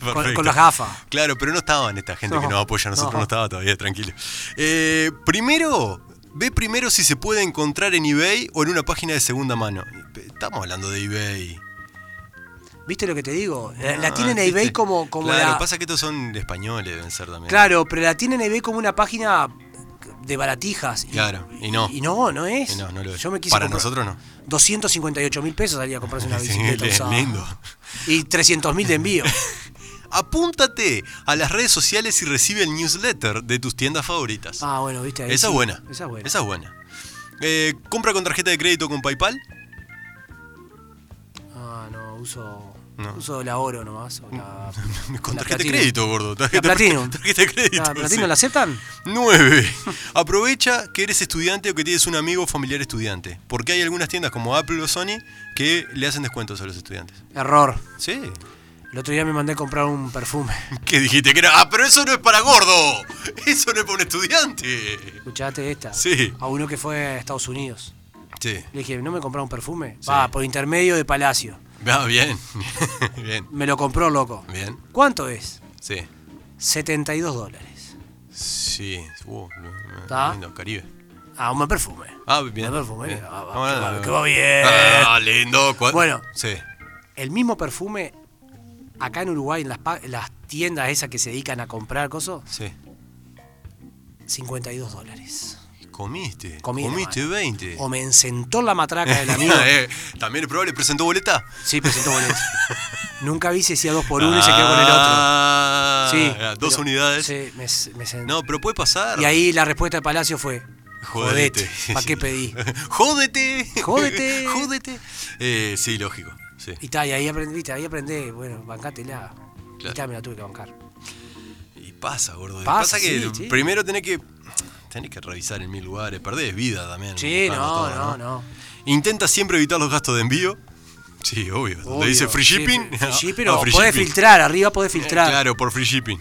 Speaker 3: con,
Speaker 4: Perfecto.
Speaker 3: con las gafas.
Speaker 4: Claro, pero no estaban esta gente que
Speaker 3: No,
Speaker 4: nos apoya, nosotros no,
Speaker 3: no.
Speaker 4: estaba todavía, tranquilo. Eh, primero, ve primero si se puede encontrar en eBay o en una página de segunda mano. Estamos hablando de eBay.
Speaker 3: ¿Viste lo que te digo? La, la
Speaker 4: Ah,
Speaker 3: tienen en
Speaker 4: ¿viste?
Speaker 3: eBay como, como
Speaker 4: claro,
Speaker 3: la-
Speaker 4: pasa que estos son españoles, deben ser también.
Speaker 3: Claro, pero la tienen en eBay como una página de baratijas. Y,
Speaker 4: Claro, y no.
Speaker 3: Y no, no es.
Speaker 4: Y Eh, no, no lo es.
Speaker 3: Yo me quise
Speaker 4: Para
Speaker 3: comprar-
Speaker 4: nosotros no.
Speaker 3: 258 mil pesos salía a comprarse una
Speaker 4: *laughs* Sí,
Speaker 3: bicicleta
Speaker 4: es
Speaker 3: usada.
Speaker 4: lindo.
Speaker 3: Y 300 mil de
Speaker 4: *laughs*
Speaker 3: envío.
Speaker 4: Apúntate a las redes sociales y recibe el newsletter de tus tiendas favoritas.
Speaker 3: Ah, bueno, viste. ahí
Speaker 4: esa,
Speaker 3: sí.
Speaker 4: es buena.
Speaker 3: Esa es buena.
Speaker 4: Esa es buena. Eh, compra con tarjeta de crédito o con PayPal.
Speaker 3: Ah, no, uso.
Speaker 4: No.
Speaker 3: Uso la oro nomás. o
Speaker 4: *laughs*
Speaker 3: la-
Speaker 4: Con
Speaker 3: la
Speaker 4: tarjeta de
Speaker 3: Platinum.
Speaker 4: crédito, gordo.
Speaker 3: La
Speaker 4: Tarjeta,
Speaker 3: platino.
Speaker 4: *laughs* tarjeta de crédito.
Speaker 3: ¿La platino
Speaker 4: sí.
Speaker 3: la aceptan? *laughs*
Speaker 4: 9. Aprovecha que eres estudiante o que tienes un amigo o familiar estudiante. Porque hay algunas tiendas como Apple o Sony que le hacen descuentos a los estudiantes.
Speaker 3: Error.
Speaker 4: Sí.
Speaker 3: El otro día me mandé a comprar un
Speaker 4: *laughs*
Speaker 3: perfume.
Speaker 4: ¿Qué dijiste? Que era, ah, pero eso no es para gordo. Eso no es para un estudiante.
Speaker 3: Escuchate esta.
Speaker 4: Sí.
Speaker 3: A uno que fue a Estados Unidos.
Speaker 4: Sí.
Speaker 3: Le dije, ¿no me compras un perfume? Va, por intermedio de Palacio.
Speaker 4: Ah, bien. *laughs* bien.
Speaker 3: Me lo compró, loco.
Speaker 4: Bien.
Speaker 3: ¿Cuánto es?
Speaker 4: Sí.
Speaker 3: 72 dólares.
Speaker 4: Sí. Uh, eh,
Speaker 3: ¿Está?
Speaker 4: lindo, Caribe.
Speaker 3: Ah, un buen perfume.
Speaker 4: Ah, bien.
Speaker 3: Un buen perfume.
Speaker 4: Bien.
Speaker 3: Ah, va,
Speaker 4: Ah,
Speaker 3: que va-
Speaker 4: ah,
Speaker 3: que va bien.
Speaker 4: Ah, lindo. Cua-
Speaker 3: Bueno.
Speaker 4: Sí.
Speaker 3: El mismo perfume acá en Uruguay, en las, pa- en las tiendas esas que se dedican a comprar cosas,
Speaker 4: Sí.
Speaker 3: 52 dólares.
Speaker 4: Comiste.
Speaker 3: Comí,
Speaker 4: Comiste
Speaker 3: hermano.
Speaker 4: 20.
Speaker 3: O me encentó la matraca del amigo.
Speaker 4: *laughs* Eh, También es probable, presentó boleta.
Speaker 3: Sí, presentó boleto. Nunca vi si hacía dos por uno y se quedó con el otro.
Speaker 4: Ah,
Speaker 3: Sí,
Speaker 4: era dos
Speaker 3: pero-
Speaker 4: unidades.
Speaker 3: Sí, me, s- me sentó.
Speaker 4: No, pero puede pasar.
Speaker 3: Y ahí la respuesta de Palacio fue: Jodete. ¿Para
Speaker 4: *laughs*
Speaker 3: qué pedí?
Speaker 4: Jódete.
Speaker 3: Jódete.
Speaker 4: *laughs* Jódete. Eh, sí, lógico. Sí.
Speaker 3: Y, ta, y ahí aprendiste, ahí aprendí, bueno, bancátela.
Speaker 4: Claro.
Speaker 3: Y ta, me la tuve que bancar.
Speaker 4: Y pasa, gordo. Pasa,
Speaker 3: Pasa,
Speaker 4: que
Speaker 3: sí, sí.
Speaker 4: primero tenés que. Tenés que revisar en mil lugares. Perdés vida también.
Speaker 3: Sí,
Speaker 4: buscando
Speaker 3: no,
Speaker 4: todo,
Speaker 3: no, no.
Speaker 4: Intenta siempre evitar los gastos de envío. Sí, obvio.
Speaker 3: Obvio,
Speaker 4: Donde dice free
Speaker 3: sí,
Speaker 4: shipping. *laughs*
Speaker 3: free shipping,
Speaker 4: ah,
Speaker 3: o
Speaker 4: free
Speaker 3: podés
Speaker 4: shipping. Eh,
Speaker 3: filtrar, arriba podés filtrar.
Speaker 4: Claro, por free shipping.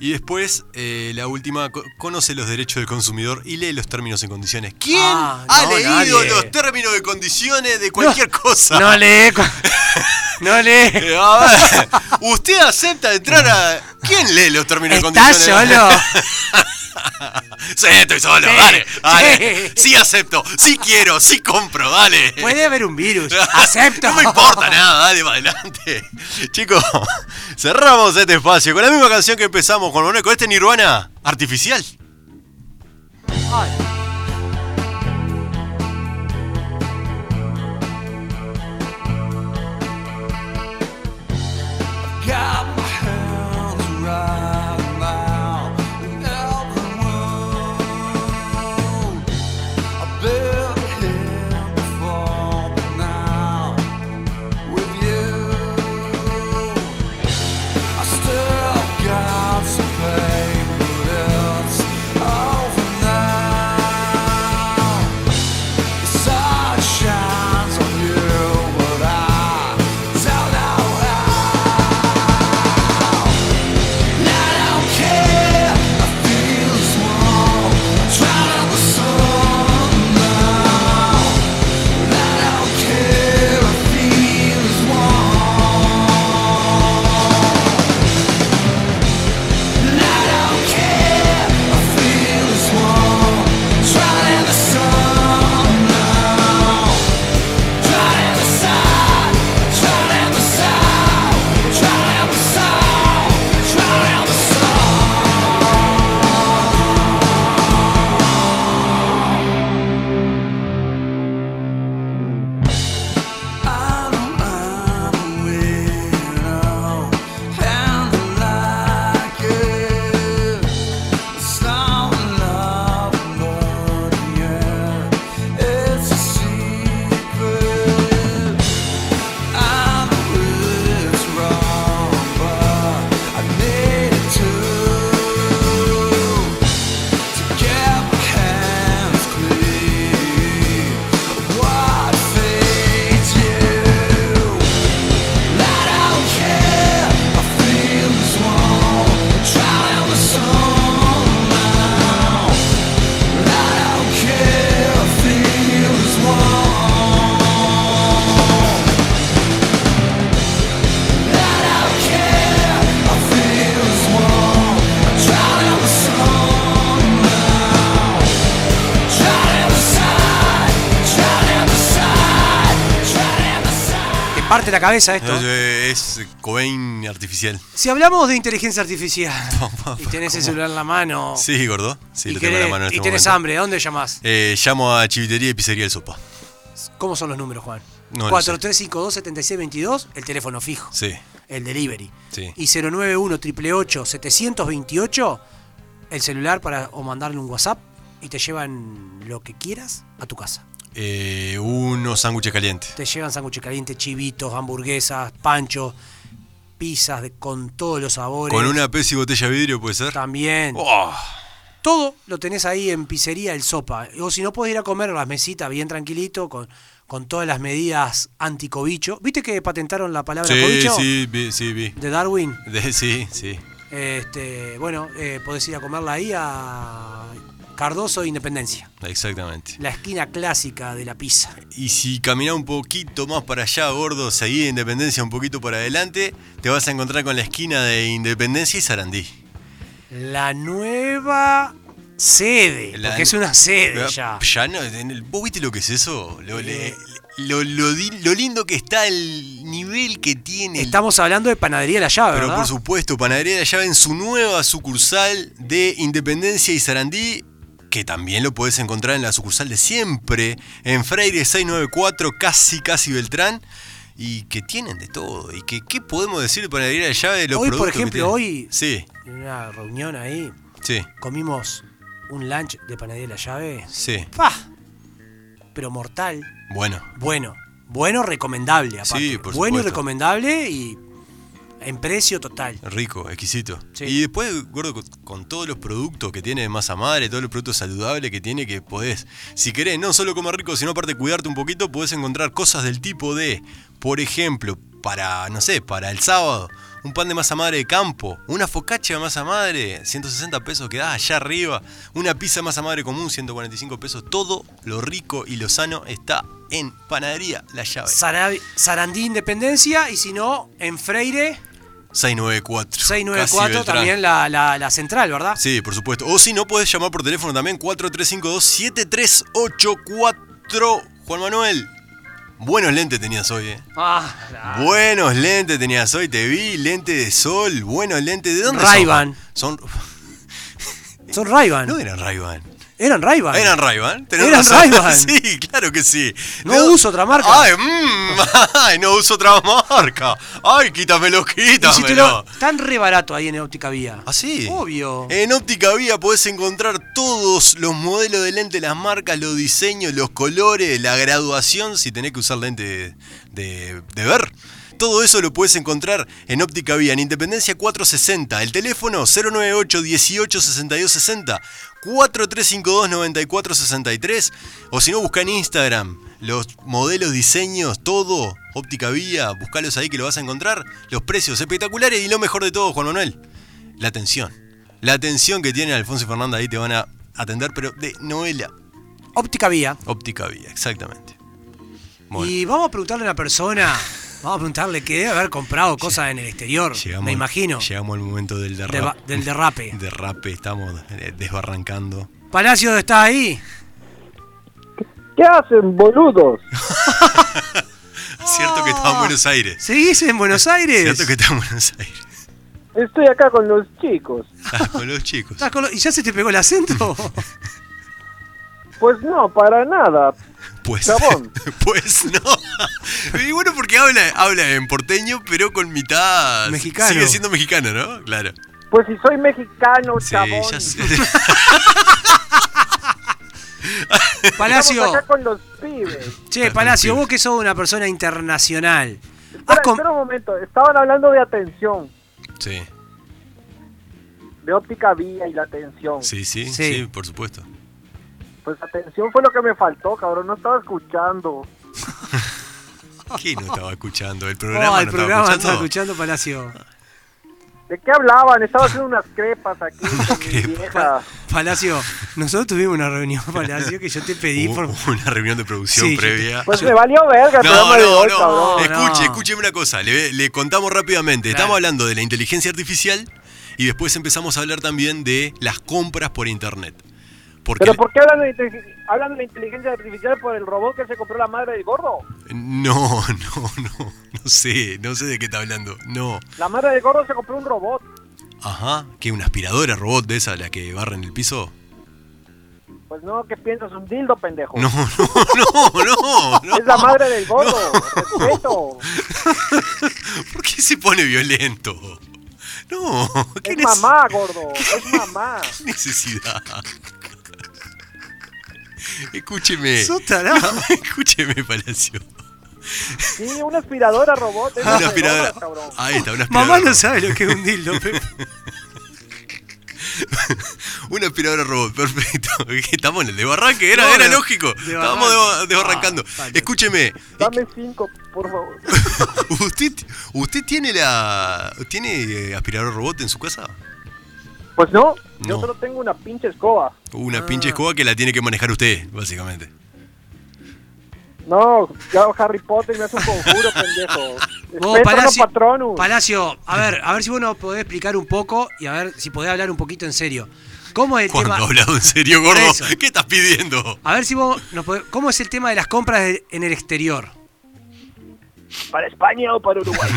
Speaker 4: Y después, eh, la última, co- conoce los derechos del consumidor y lee los términos y condiciones. ¿Quién
Speaker 3: Ah,
Speaker 4: ha
Speaker 3: no,
Speaker 4: leído
Speaker 3: nadie.
Speaker 4: los términos y condiciones de cualquier cosa?
Speaker 3: No lee. cu-
Speaker 4: *laughs*
Speaker 3: No lee.
Speaker 4: Eh, a ver, ¿Usted acepta entrar a.? ¿Quién lee los términos y
Speaker 3: ¿Estás
Speaker 4: condiciones?
Speaker 3: solo?
Speaker 4: *laughs* sí, estoy solo,
Speaker 3: Sí,
Speaker 4: dale, dale.
Speaker 3: sí.
Speaker 4: Sí acepto, sí quiero, sí compro, dale.
Speaker 3: Puede haber un virus.
Speaker 4: *laughs*
Speaker 3: Acepto.
Speaker 4: No me importa nada, dale para adelante. Chicos, cerramos este espacio con la misma canción que empezamos con Boneco. Este Nirvana artificial.
Speaker 3: Ay.
Speaker 1: Got my hands around now and everyone. I've been here before, but now with you, I still got some pain, but it's over now. Sun shines on you, but I don't know how. And I don't care. I feel small. Try the sun now. And I don't care. I feel small. And I don't care. I feel small. Try the sun now. Try the sun. Try the sun. Try the sun. Try the sun. What fades you? I don't care. I feel small. Try the sun now. I don't care. I feel small. I don't care. I feel small. Try the sun now. Try the side. Try the side. Try the side.
Speaker 3: Te parte la cabeza esto.
Speaker 4: Es, eh, es Cobain artificial.
Speaker 3: Si hablamos de inteligencia artificial
Speaker 4: *laughs*
Speaker 3: y tenés el celular en la mano
Speaker 4: Sí, gordo. Sí,
Speaker 3: Oh. y,
Speaker 4: lo tengo en la
Speaker 3: querés-
Speaker 4: mano en
Speaker 3: y
Speaker 4: este
Speaker 3: tenés
Speaker 4: momento.
Speaker 3: hambre, ¿a dónde llamás?
Speaker 4: Eh, llamo a Chivitería y Pizzería El Sopa.
Speaker 3: ¿Cómo son los números, Juan?
Speaker 4: No lo
Speaker 3: 4352-7622, el teléfono fijo,
Speaker 4: Sí.
Speaker 3: el delivery.
Speaker 4: Sí.
Speaker 3: Y 091-888-728, el celular para o mandarle un WhatsApp y te llevan lo que quieras a tu casa.
Speaker 4: Eh, unos sándwiches calientes.
Speaker 3: Te llevan sándwiches calientes, chivitos, hamburguesas, panchos, pizzas de- con todos los sabores.
Speaker 4: Con una pez y botella de vidrio puede ser.
Speaker 3: También.
Speaker 4: Oh,
Speaker 3: Todo lo tenés ahí en Pizzería El Sopa. O si no, podés ir a comer a las mesitas bien tranquilito, con, con todas las medidas anticobicho. ¿Viste que patentaron la palabra
Speaker 4: sí,
Speaker 3: cobicho?
Speaker 4: sí, vi, sí, vi.
Speaker 3: De Darwin.
Speaker 4: De- sí, sí.
Speaker 3: Este, bueno, eh, podés ir a comerla ahí a Cardoso e Independencia.
Speaker 4: Exactamente.
Speaker 3: La esquina clásica de la pizza.
Speaker 4: Y si caminás un poquito más para allá, gordo, seguí de Independencia un poquito para adelante, te vas a encontrar con la esquina de Independencia y Sarandí.
Speaker 3: La nueva sede.
Speaker 4: La- Ah,
Speaker 3: porque es una sede ya. Eh.
Speaker 4: no, en el- ¿Vos viste lo que es eso? Lo, le- lo- lo di- lo lindo que está, el nivel que tiene. el-
Speaker 3: Estamos hablando de panadería La Llave,
Speaker 4: Pero
Speaker 3: ¿verdad?
Speaker 4: por supuesto, Panadería de la Llave en su nueva sucursal de Independencia y Sarandí, que también lo podés encontrar en la sucursal de siempre, en Freire 694, casi casi Beltrán, y que tienen de todo. ¿Y que, qué podemos decir de Panadería de la Llave de los
Speaker 3: Hoy, por
Speaker 4: productos que
Speaker 3: ejemplo,
Speaker 4: tienen?
Speaker 3: hoy-
Speaker 4: Sí,
Speaker 3: En una reunión ahí,
Speaker 4: sí,
Speaker 3: comimos un lunch de panadería La Llave.
Speaker 4: sí.
Speaker 3: ¡Pah! Pero mortal.
Speaker 4: Bueno,
Speaker 3: Bueno. Bueno, recomendable. Aparte.
Speaker 4: Sí, por
Speaker 3: Bueno y
Speaker 4: supuesto.
Speaker 3: recomendable y en precio total.
Speaker 4: Rico, exquisito.
Speaker 3: Sí.
Speaker 4: Y después, gordo, con, con todos los productos que tiene de masa madre, todos los productos saludables que tiene, que podés, si querés, no solo comer rico, sino aparte cuidarte un poquito, podés encontrar cosas del tipo de, por ejemplo, para, no sé, para el sábado, un pan de masa madre de campo, una focacha de masa madre, 160 pesos que das allá arriba, una pizza de masa madre común, 145 pesos. Todo lo rico y lo sano está en Panadería La Llave.
Speaker 3: Sarabi- Sarandí Independencia y si no, en Freire
Speaker 4: 694.
Speaker 3: 694
Speaker 4: Casi Beltrán.
Speaker 3: también la, la- la central, ¿verdad?
Speaker 4: Sí, por supuesto. O si no, puedes llamar por teléfono también 4352-7384. Juan Manuel, buenos lentes tenías hoy, ¿eh?
Speaker 3: Ah, la-
Speaker 4: Buenos lentes tenías hoy, te vi, lente de sol, buenos lentes. ¿De dónde
Speaker 3: Ray-Ban.
Speaker 4: son? Son...
Speaker 3: son Rayban.
Speaker 4: No eran Ray-Ban.
Speaker 3: Eran Rayban.
Speaker 4: Eran Ray-Ban. tenés
Speaker 3: Eran
Speaker 4: razón.
Speaker 3: Ray-Ban.
Speaker 4: *laughs* Sí, claro que sí.
Speaker 3: No
Speaker 4: ¿De dó-
Speaker 3: uso otra marca.
Speaker 4: Ay, mm, *laughs* ay, no uso otra marca. Ay, quítamelo,
Speaker 3: Y
Speaker 4: quítamelo.
Speaker 3: si te lo- Tan re barato ahí en Óptica Vía.
Speaker 4: ¿Ah, sí?
Speaker 3: Obvio.
Speaker 4: En Óptica Vía podés encontrar todos los modelos de lente, las marcas, los diseños, los colores, la graduación, si tenés que usar lente de, de- de ver. Todo eso lo puedes encontrar en Óptica Vía, en Independencia 460. El teléfono 098 18 62 60 4352 9463. O si no, busca en Instagram los modelos, diseños, todo. Óptica Vía, buscalos ahí que lo vas a encontrar. Los precios espectaculares y lo mejor de todo, Juan Manuel la atención. La atención que tiene Alfonso y Fernanda ahí te van a atender, pero de novela.
Speaker 3: Óptica Vía.
Speaker 4: Óptica Vía, exactamente. Bueno,
Speaker 3: Y vamos a preguntarle a una persona, vamos a preguntarle que debe haber comprado cosas en el exterior,
Speaker 4: llegamos-
Speaker 3: me imagino,
Speaker 4: Llegamos al momento del derrape.
Speaker 3: Deba- del derrape.
Speaker 4: *laughs* Derrape, estamos eh, desbarrancando.
Speaker 3: Palacio, ¿estás ahí?
Speaker 5: ¿Qué hacen, boludos?
Speaker 4: Cierto que
Speaker 3: Ah.
Speaker 4: estaba en Buenos Aires.
Speaker 3: ¿Seguís en Buenos Aires?
Speaker 4: *laughs* Cierto que estaba en Buenos
Speaker 3: *laughs*
Speaker 4: Aires.
Speaker 5: Estoy acá con los chicos.
Speaker 4: Ah, con los chicos.
Speaker 3: ¿Estás con lo- ¿Y ya se te pegó el
Speaker 4: *laughs*
Speaker 3: acento?
Speaker 5: Pues no, para nada.
Speaker 4: Pues,
Speaker 5: Chabón.
Speaker 4: *laughs* pues no. Y bueno, porque habla, habla en porteño, pero con mitad.
Speaker 3: Mexicano.
Speaker 4: Sigue siendo mexicano, ¿no? Claro.
Speaker 5: Pues si soy mexicano,
Speaker 4: Sí,
Speaker 5: chabón.
Speaker 4: ya sé. *laughs*
Speaker 5: Estamos
Speaker 3: Palacio,
Speaker 5: acá con los pibes.
Speaker 3: che, Palacio, vos que sos una persona internacional.
Speaker 5: Espera,
Speaker 4: Ah,
Speaker 3: has com- Oh,
Speaker 5: espera un momento. Estaban hablando de atención,
Speaker 4: Sí,
Speaker 5: de óptica vía y la atención.
Speaker 4: sí, sí,
Speaker 3: Sí.
Speaker 4: sí, por supuesto.
Speaker 5: Pues atención fue lo que me faltó, cabrón. No estaba escuchando.
Speaker 4: ¿Qué no estaba escuchando? ¿El programa
Speaker 3: Oh,
Speaker 4: no
Speaker 3: el programa
Speaker 4: estaba
Speaker 3: está
Speaker 4: escuchando?
Speaker 3: escuchando, Palacio.
Speaker 5: ¿De qué hablaban? Estaba haciendo unas crepas
Speaker 4: *laughs*
Speaker 5: aquí con mi
Speaker 4: crepas.
Speaker 5: vieja.
Speaker 3: Palacio, nosotros tuvimos una
Speaker 4: *laughs*
Speaker 3: reunión, Palacio, que yo te pedí *laughs* por...
Speaker 4: Hubo *laughs* una reunión de producción
Speaker 3: Sí, yo te-
Speaker 4: previa.
Speaker 5: Pues me valió verga el
Speaker 4: No,
Speaker 5: programa de
Speaker 4: no,
Speaker 5: hoy,
Speaker 4: no.
Speaker 5: cabrón.
Speaker 4: Escuche,
Speaker 3: no.
Speaker 4: escúcheme una cosa. Le, le contamos rápidamente.
Speaker 3: Claro.
Speaker 4: Estamos hablando de la inteligencia artificial y después empezamos a hablar también de las compras por internet. Porque
Speaker 5: ¿Pero por qué hablan de, inte- hablan de la inteligencia artificial por el robot que se compró la madre del gordo?
Speaker 4: No, *laughs* no, no. No sé, no sé de qué está hablando. No.
Speaker 5: La madre del gordo se compró un robot.
Speaker 4: Ajá. ¿Qué? ¿Una aspiradora robot de esa, la que barren el piso? *laughs*
Speaker 5: Pues no, ¿qué piensas? Un dildo, pendejo.
Speaker 4: No, no, no, no. no.
Speaker 5: Es la madre
Speaker 4: *laughs*
Speaker 5: del gordo. Respeto.
Speaker 4: ¿Por qué se pone violento? No, ¿qué
Speaker 5: Es
Speaker 4: neces-
Speaker 5: mamá, gordo. Es mamá.
Speaker 4: necesidad? Escúcheme. Ah,
Speaker 3: Sos tarado.
Speaker 4: Escúcheme, Palacio.
Speaker 5: Sí, una aspiradora robot.
Speaker 3: Ah,
Speaker 5: Es
Speaker 4: Una
Speaker 5: la
Speaker 4: aspiradora. Ah,
Speaker 5: de gordo, cabrón.
Speaker 4: Ahí está, una aspiradora.
Speaker 3: Mamá no
Speaker 4: robot.
Speaker 3: sabe lo que es un
Speaker 4: *laughs*
Speaker 3: dildo, Pepe.
Speaker 4: Una aspiradora robot, perfecto. *laughs* Estamos en el de barranque, era,
Speaker 3: No,
Speaker 4: era
Speaker 3: de-
Speaker 4: lógico.
Speaker 3: de
Speaker 4: Estábamos
Speaker 3: barranque.
Speaker 4: de- desbarrancando.
Speaker 3: Ah, vale.
Speaker 4: Escúcheme.
Speaker 5: Dame cinco, por favor.
Speaker 4: *laughs* ¿Usted, ¿Usted tiene la. ¿Tiene eh, aspiradora robot en su casa?
Speaker 5: Pues no, yo
Speaker 4: No.
Speaker 5: solo tengo una pinche escoba.
Speaker 3: Ah.
Speaker 4: Una pinche escoba que la tiene que manejar usted, básicamente.
Speaker 3: Este
Speaker 5: No, ya Harry Potter me hace un conjuro,
Speaker 4: *laughs*
Speaker 5: pendejo.
Speaker 3: Vos,
Speaker 5: Espectro no patronus.
Speaker 3: Palacio, a ver, a ver si vos nos podés explicar un poco y a ver si podés hablar un poquito en serio. ¿Cómo es el
Speaker 4: Cuando
Speaker 3: tema?
Speaker 4: ha hablado en serio, gordo,
Speaker 3: Eso.
Speaker 4: ¿qué estás pidiendo? *laughs*
Speaker 3: A ver si vos nos podés- ¿Cómo es el tema de las compras de- en el exterior?
Speaker 5: ¿Para España o para Uruguay?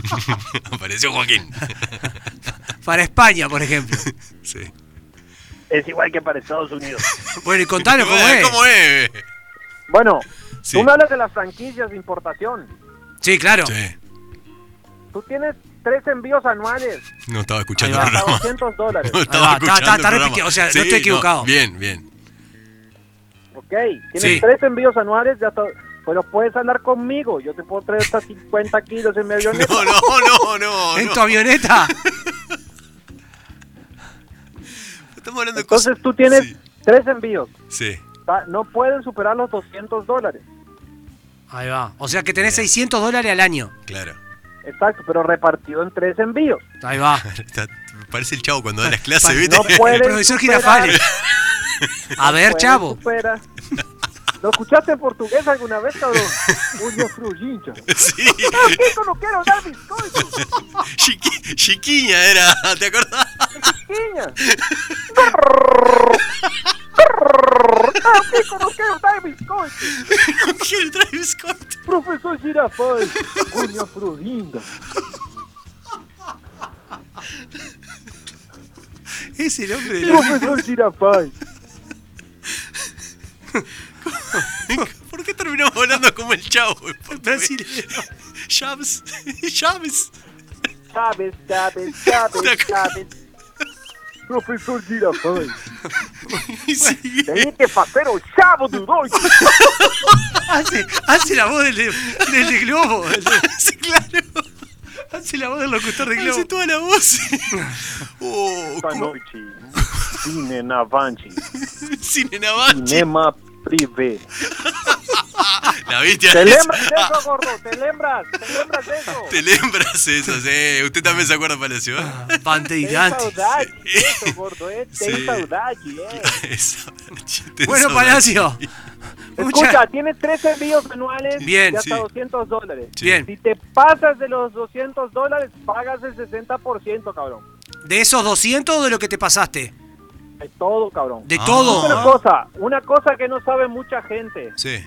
Speaker 4: *laughs*
Speaker 3: *laughs*
Speaker 4: Apareció Joaquín.
Speaker 3: Para España, por
Speaker 4: *laughs*
Speaker 3: ejemplo.
Speaker 4: Sí.
Speaker 5: es igual que para Estados Unidos.
Speaker 3: Bueno, y
Speaker 4: *laughs*
Speaker 3: contanos cómo
Speaker 4: Bueno,
Speaker 3: es.
Speaker 4: ¿Cómo es?
Speaker 5: Bueno,
Speaker 4: Sí.
Speaker 5: tú me hablas de las franquicias de importación.
Speaker 3: Sí, claro.
Speaker 4: Che,
Speaker 5: Tú tienes tres envíos anuales
Speaker 4: no estaba escuchando
Speaker 3: Ahí
Speaker 4: el
Speaker 3: va.
Speaker 5: hasta
Speaker 4: programa.
Speaker 5: 200 dólares.
Speaker 4: *laughs* No
Speaker 3: Ahí
Speaker 4: estaba
Speaker 3: va, está-
Speaker 4: escuchando
Speaker 3: está-
Speaker 4: el
Speaker 3: está
Speaker 4: programa.
Speaker 3: repitiendo, o sea, no estoy equivocado.
Speaker 4: bien, bien.
Speaker 5: Ok, tienes
Speaker 3: Sí.
Speaker 5: tres envíos anuales de hasta pero puedes andar conmigo. Yo te puedo traer hasta 50 kilos en mi avioneta.
Speaker 4: No, *laughs* no, no, no.
Speaker 3: ¿En
Speaker 4: no.
Speaker 3: tu
Speaker 4: *laughs*
Speaker 3: avioneta?
Speaker 4: Estamos hablando de
Speaker 5: Entonces
Speaker 4: cosas-
Speaker 5: tú tienes
Speaker 4: Sí,
Speaker 5: tres envíos.
Speaker 4: sí.
Speaker 5: Ta- No pueden superar los 200 dólares.
Speaker 3: Ahí va. O sea que tenés 600 dólares al año.
Speaker 4: claro. *laughs*
Speaker 5: Exacto, pero repartido en tres envíos.
Speaker 3: Ahí va.
Speaker 4: Está- parece el chavo
Speaker 3: Ah,
Speaker 4: cuando da las clases,
Speaker 3: Pa-
Speaker 4: ¿viste?
Speaker 5: No
Speaker 3: El
Speaker 5: pueden
Speaker 3: profesor
Speaker 5: superar-
Speaker 3: Girafales. A ver,
Speaker 5: pueden
Speaker 3: chavo.
Speaker 5: superar- ¿Lo escuchaste en portugués alguna vez, cabrón? Uño frujincha. *laughs*
Speaker 4: Sí.
Speaker 5: ¡Chico, no quiero dar bizcocho!
Speaker 4: *laughs* Chiqui- chiquiña era, *laughs* ¿te acordás?
Speaker 5: ¡Niña! ¡Ah, chico, no quiero dar bizcocho!
Speaker 4: Quiero traer bizcocho.
Speaker 5: Profesor Girafales, uña frujincha.
Speaker 3: Es el hombre de la-
Speaker 5: Profesor Girafales.
Speaker 4: *laughs* ¿Por qué terminamos hablando como el chavo? *laughs*
Speaker 3: Brasileño.
Speaker 4: Chaves. Chaves.
Speaker 5: Chávez, Chávez, Chávez, Chávez. Professor Girafales.
Speaker 4: Y sigue.
Speaker 5: Tem que fazer o chavo do noite.
Speaker 3: Hace, hace la voz del, de- del de Globo. el de-
Speaker 4: *laughs* Sí, claro.
Speaker 3: hace la voz del locutor de
Speaker 4: Hace
Speaker 3: Globo.
Speaker 4: toda
Speaker 3: *laughs*
Speaker 4: la voz. Oh,
Speaker 5: Boa
Speaker 4: como
Speaker 5: noite. Cine Navante.
Speaker 4: cine Navache.
Speaker 5: Cinema privê.
Speaker 4: La viste.
Speaker 5: Te lembras disso, gordo? Te lembras? Te lembras disso?
Speaker 4: Te lembras eso, sí. Usted también se acuerda, Palacio.
Speaker 3: Ah.
Speaker 4: ¿eh?
Speaker 5: Tem
Speaker 3: Panteirante.
Speaker 5: saudade disso, gordo? É, tem
Speaker 4: Sim.
Speaker 5: saudade, é.
Speaker 4: Esa-
Speaker 3: *laughs* Bueno, Palacio.
Speaker 5: Escucha, tienes tres envíos anuales
Speaker 3: Bien,
Speaker 5: de hasta
Speaker 4: sí.
Speaker 5: 200 dólares.
Speaker 4: Sí.
Speaker 3: Bien.
Speaker 5: Si te pasas de los 200 dólares, pagas el 60%, cabrón.
Speaker 3: ¿De esos 200 o de lo que te pasaste?
Speaker 5: De todo, cabrón.
Speaker 3: De
Speaker 4: Ah.
Speaker 5: Una
Speaker 3: todo.
Speaker 5: cosa, una cosa que no sabe mucha gente,
Speaker 4: Sí.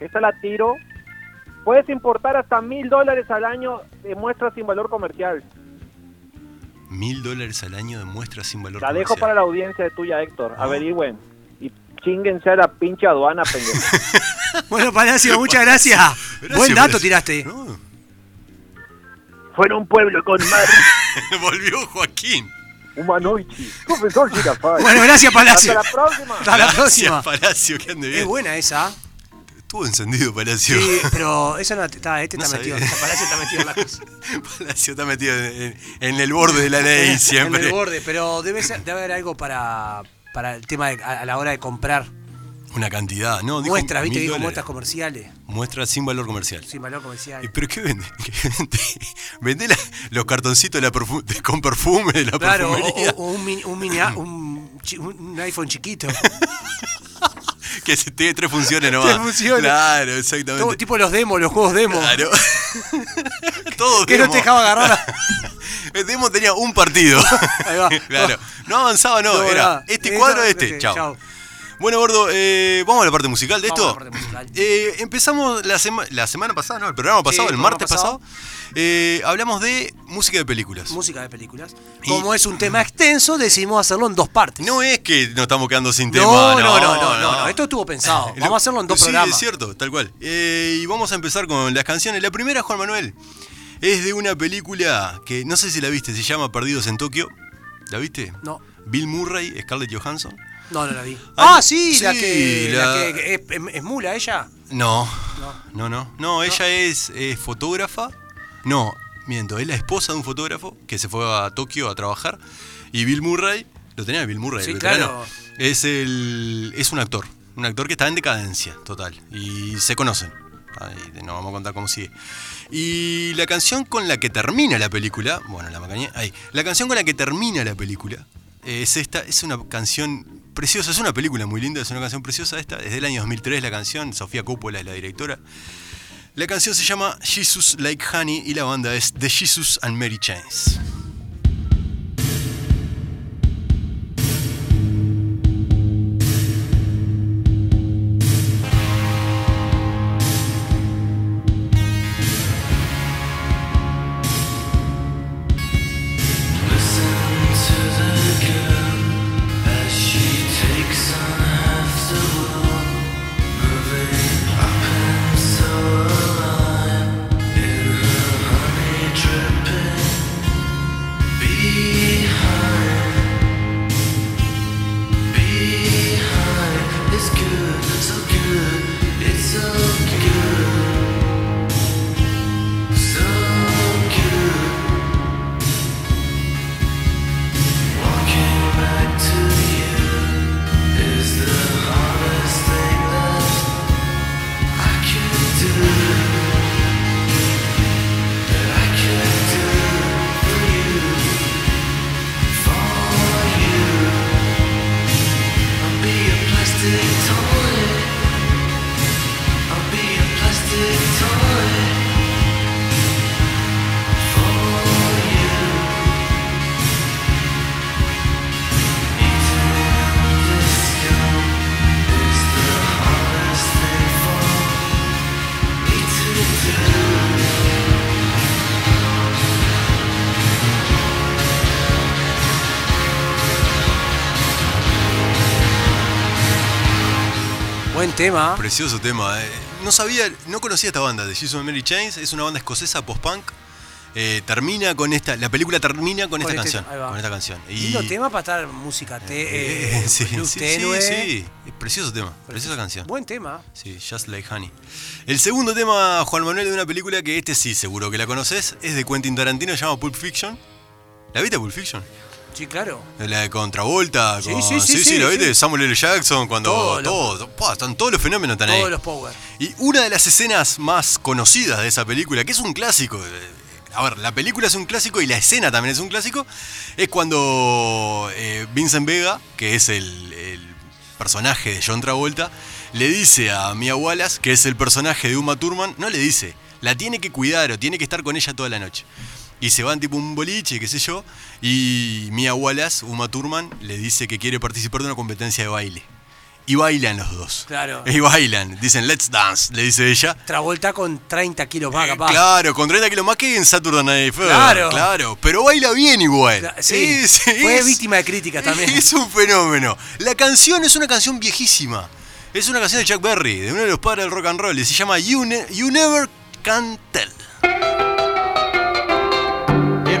Speaker 5: que esa la tiro, puedes importar hasta mil dólares al año de muestras sin valor comercial.
Speaker 4: Mil dólares al año de muestras sin valor.
Speaker 5: La dejo
Speaker 4: comercial.
Speaker 5: para la audiencia de tuya, Héctor.
Speaker 3: Ah.
Speaker 5: Averigüen. Y chinguense a la pinche aduana, pendejo.
Speaker 3: *laughs* Bueno, Palacio, muchas gracias.
Speaker 4: Gracias,
Speaker 3: Buen dato
Speaker 4: Palacio.
Speaker 3: tiraste.
Speaker 4: No. *laughs*
Speaker 5: Fuera un pueblo con más
Speaker 4: Volvió Joaquín.
Speaker 5: humanoichi. Profesor Girafal.
Speaker 3: Bueno, gracias,
Speaker 5: Hasta
Speaker 3: Palacio.
Speaker 5: la próxima.
Speaker 3: Hasta la
Speaker 4: Gracias,
Speaker 3: próxima.
Speaker 4: Palacio, que ande
Speaker 3: Es
Speaker 4: bien.
Speaker 3: buena esa.
Speaker 4: Estuvo encendido, Palacio.
Speaker 3: Sí, pero esa no está, este
Speaker 4: No
Speaker 3: está
Speaker 4: sabía.
Speaker 3: metido. Palacio está metido en la
Speaker 4: *laughs*
Speaker 3: cosa.
Speaker 4: *laughs* Palacio está metido en, en- en el borde de la ley
Speaker 3: *laughs*
Speaker 4: siempre.
Speaker 3: En el borde, pero debe, ser- debe haber algo para, para el tema de- a, a la hora de comprar
Speaker 4: Una cantidad, ¿no? dijo
Speaker 3: muestras, ¿viste?
Speaker 4: mil
Speaker 3: Digo,
Speaker 4: dólares.
Speaker 3: muestras comerciales,
Speaker 4: Muestras sin valor comercial.
Speaker 3: sin valor comercial.
Speaker 4: ¿Y ¿Pero qué vende? *laughs* ¿Qué vende? ¿Vende la- los cartoncitos de la perfu- de- con perfume de la
Speaker 3: Claro, o,
Speaker 4: perfumería?
Speaker 3: *laughs* o- o un, mini- un, mini- un chi- un iPhone
Speaker 4: *laughs*
Speaker 3: chiquito.
Speaker 4: Que se tiene tres funciones nomás.
Speaker 3: Tres funciones.
Speaker 4: Claro,
Speaker 3: Todo,
Speaker 4: exactamente.
Speaker 3: tipo los demos, los juegos demo.
Speaker 4: Claro. *laughs* Todo
Speaker 3: que no
Speaker 4: demo.
Speaker 3: te dejaba agarrar. la-
Speaker 4: El demo tenía un partido.
Speaker 3: Ahí va.
Speaker 4: *laughs* Claro. No avanzaba, *laughs* no.
Speaker 3: No,
Speaker 4: era
Speaker 3: nada.
Speaker 4: este
Speaker 3: Eh,
Speaker 4: cuadro,
Speaker 3: no,
Speaker 4: este.
Speaker 3: este,
Speaker 4: Chao.
Speaker 3: chao.
Speaker 4: Bueno, Gordo, eh, vamos a la parte musical de
Speaker 3: Vamos
Speaker 4: esto.
Speaker 3: a la parte musical.
Speaker 4: Eh, empezamos la, sema- la semana pasada, ¿no? El programa pasado, el
Speaker 3: programa
Speaker 4: martes pasado.
Speaker 3: pasado.
Speaker 4: eh, hablamos de música de películas.
Speaker 3: Música de películas.
Speaker 4: Y-
Speaker 3: Como
Speaker 4: *laughs*
Speaker 3: es un tema extenso, decidimos hacerlo en dos partes.
Speaker 4: no es que nos estamos quedando sin tema.
Speaker 3: no, no, no, no, no, no. Esto estuvo pensado.
Speaker 4: *laughs* Lo-
Speaker 3: Vamos a hacerlo en dos
Speaker 4: sí,
Speaker 3: programas.
Speaker 4: es cierto, tal cual. Eh, y vamos a empezar con las canciones. La primera, Juan Manuel, es de una película que no sé si la viste, se llama Perdidos en Tokio. ¿La viste?
Speaker 3: No.
Speaker 4: Bill Murray, Scarlett Johansson.
Speaker 3: No, no la vi.
Speaker 4: Ah,
Speaker 3: Ah, sí, la
Speaker 4: sí,
Speaker 3: que, la...
Speaker 4: la-
Speaker 3: que es, es- es mula ella.
Speaker 4: No. No, no. No, ella es, eh, fotógrafa. No, miento, es la esposa de un fotógrafo que se fue a Tokio a trabajar. Y Bill Murray, lo tenía Bill Murray,
Speaker 3: Sí,
Speaker 4: el veterano,
Speaker 3: claro.
Speaker 4: es el. es un actor. Un actor que está en decadencia, total. Y se conocen. Ahí, no vamos a contar cómo sigue. Y la canción con la que termina la película. Bueno, la macañé. Ahí. La canción con la que termina la película eh, es esta. Es una canción preciosa. Es una película muy linda. Es una canción preciosa esta. Desde el año 2003 la canción. Sofía Coppola es la directora. La canción se llama Jesus Like Honey y la banda es The Jesus and Mary Chains. eso.
Speaker 3: Buen tema.
Speaker 4: Precioso tema. eh. No sabía, no conocía esta banda, The Jesus and Mary Chains. Es una banda escocesa post-punk. Eh, termina con esta, la película termina con, esta
Speaker 3: este-
Speaker 4: canción.
Speaker 3: ahí va.
Speaker 4: Con esta canción.
Speaker 3: Lindo tema para estar música te,
Speaker 4: Eh,
Speaker 3: eh,
Speaker 4: *laughs* sí,
Speaker 3: luz
Speaker 4: sí,
Speaker 3: tenue.
Speaker 4: sí, sí. Eh, Precioso tema, preciosa canción.
Speaker 3: Buen tema.
Speaker 4: Sí, Just Like Honey. El segundo tema, Juan Manuel, de una película que este sí, seguro que la conoces, es de Quentin Tarantino, se llama Pulp Fiction. ¿La viste Pulp Fiction?
Speaker 3: Sí, claro.
Speaker 4: La de Contravolta,
Speaker 3: Sí,
Speaker 4: con-
Speaker 3: sí, sí, sí,
Speaker 4: la viste
Speaker 3: sí.
Speaker 4: Samuel L. Jackson, cuando
Speaker 3: Todo lo-
Speaker 4: todo- pa, están todos los fenómenos están ahí.
Speaker 3: Todos los power.
Speaker 4: Y una de las escenas más conocidas de esa película, que es un clásico, eh, a ver, la película es un clásico y la escena también es un clásico, es cuando eh, Vincent Vega, que es el, el personaje de John Travolta, le dice a Mia Wallace, que es el personaje de Uma Thurman, no le dice, la tiene que cuidar o tiene que estar con ella toda la noche. Y se van tipo un boliche, qué sé yo, y Mia Wallace, Uma Thurman, le dice que quiere participar de una competencia de baile. Y bailan los dos.
Speaker 3: Claro.
Speaker 4: Y bailan, dicen let's dance, le dice ella.
Speaker 3: Travolta con 30 kilos más,
Speaker 4: Eh,
Speaker 3: Ah, capaz.
Speaker 4: claro, con 30 kilos más que en Saturday Night Fever.
Speaker 3: Claro.
Speaker 4: Claro, pero baila bien igual.
Speaker 3: Cla- Sí,
Speaker 4: Es-
Speaker 3: fue
Speaker 4: es-
Speaker 3: víctima de críticas también.
Speaker 4: Es un fenómeno. La canción es una canción viejísima. Es una canción de Chuck Berry, de uno de los padres del rock and roll. Y se llama You, Ne- You Never Can Tell.
Speaker 6: It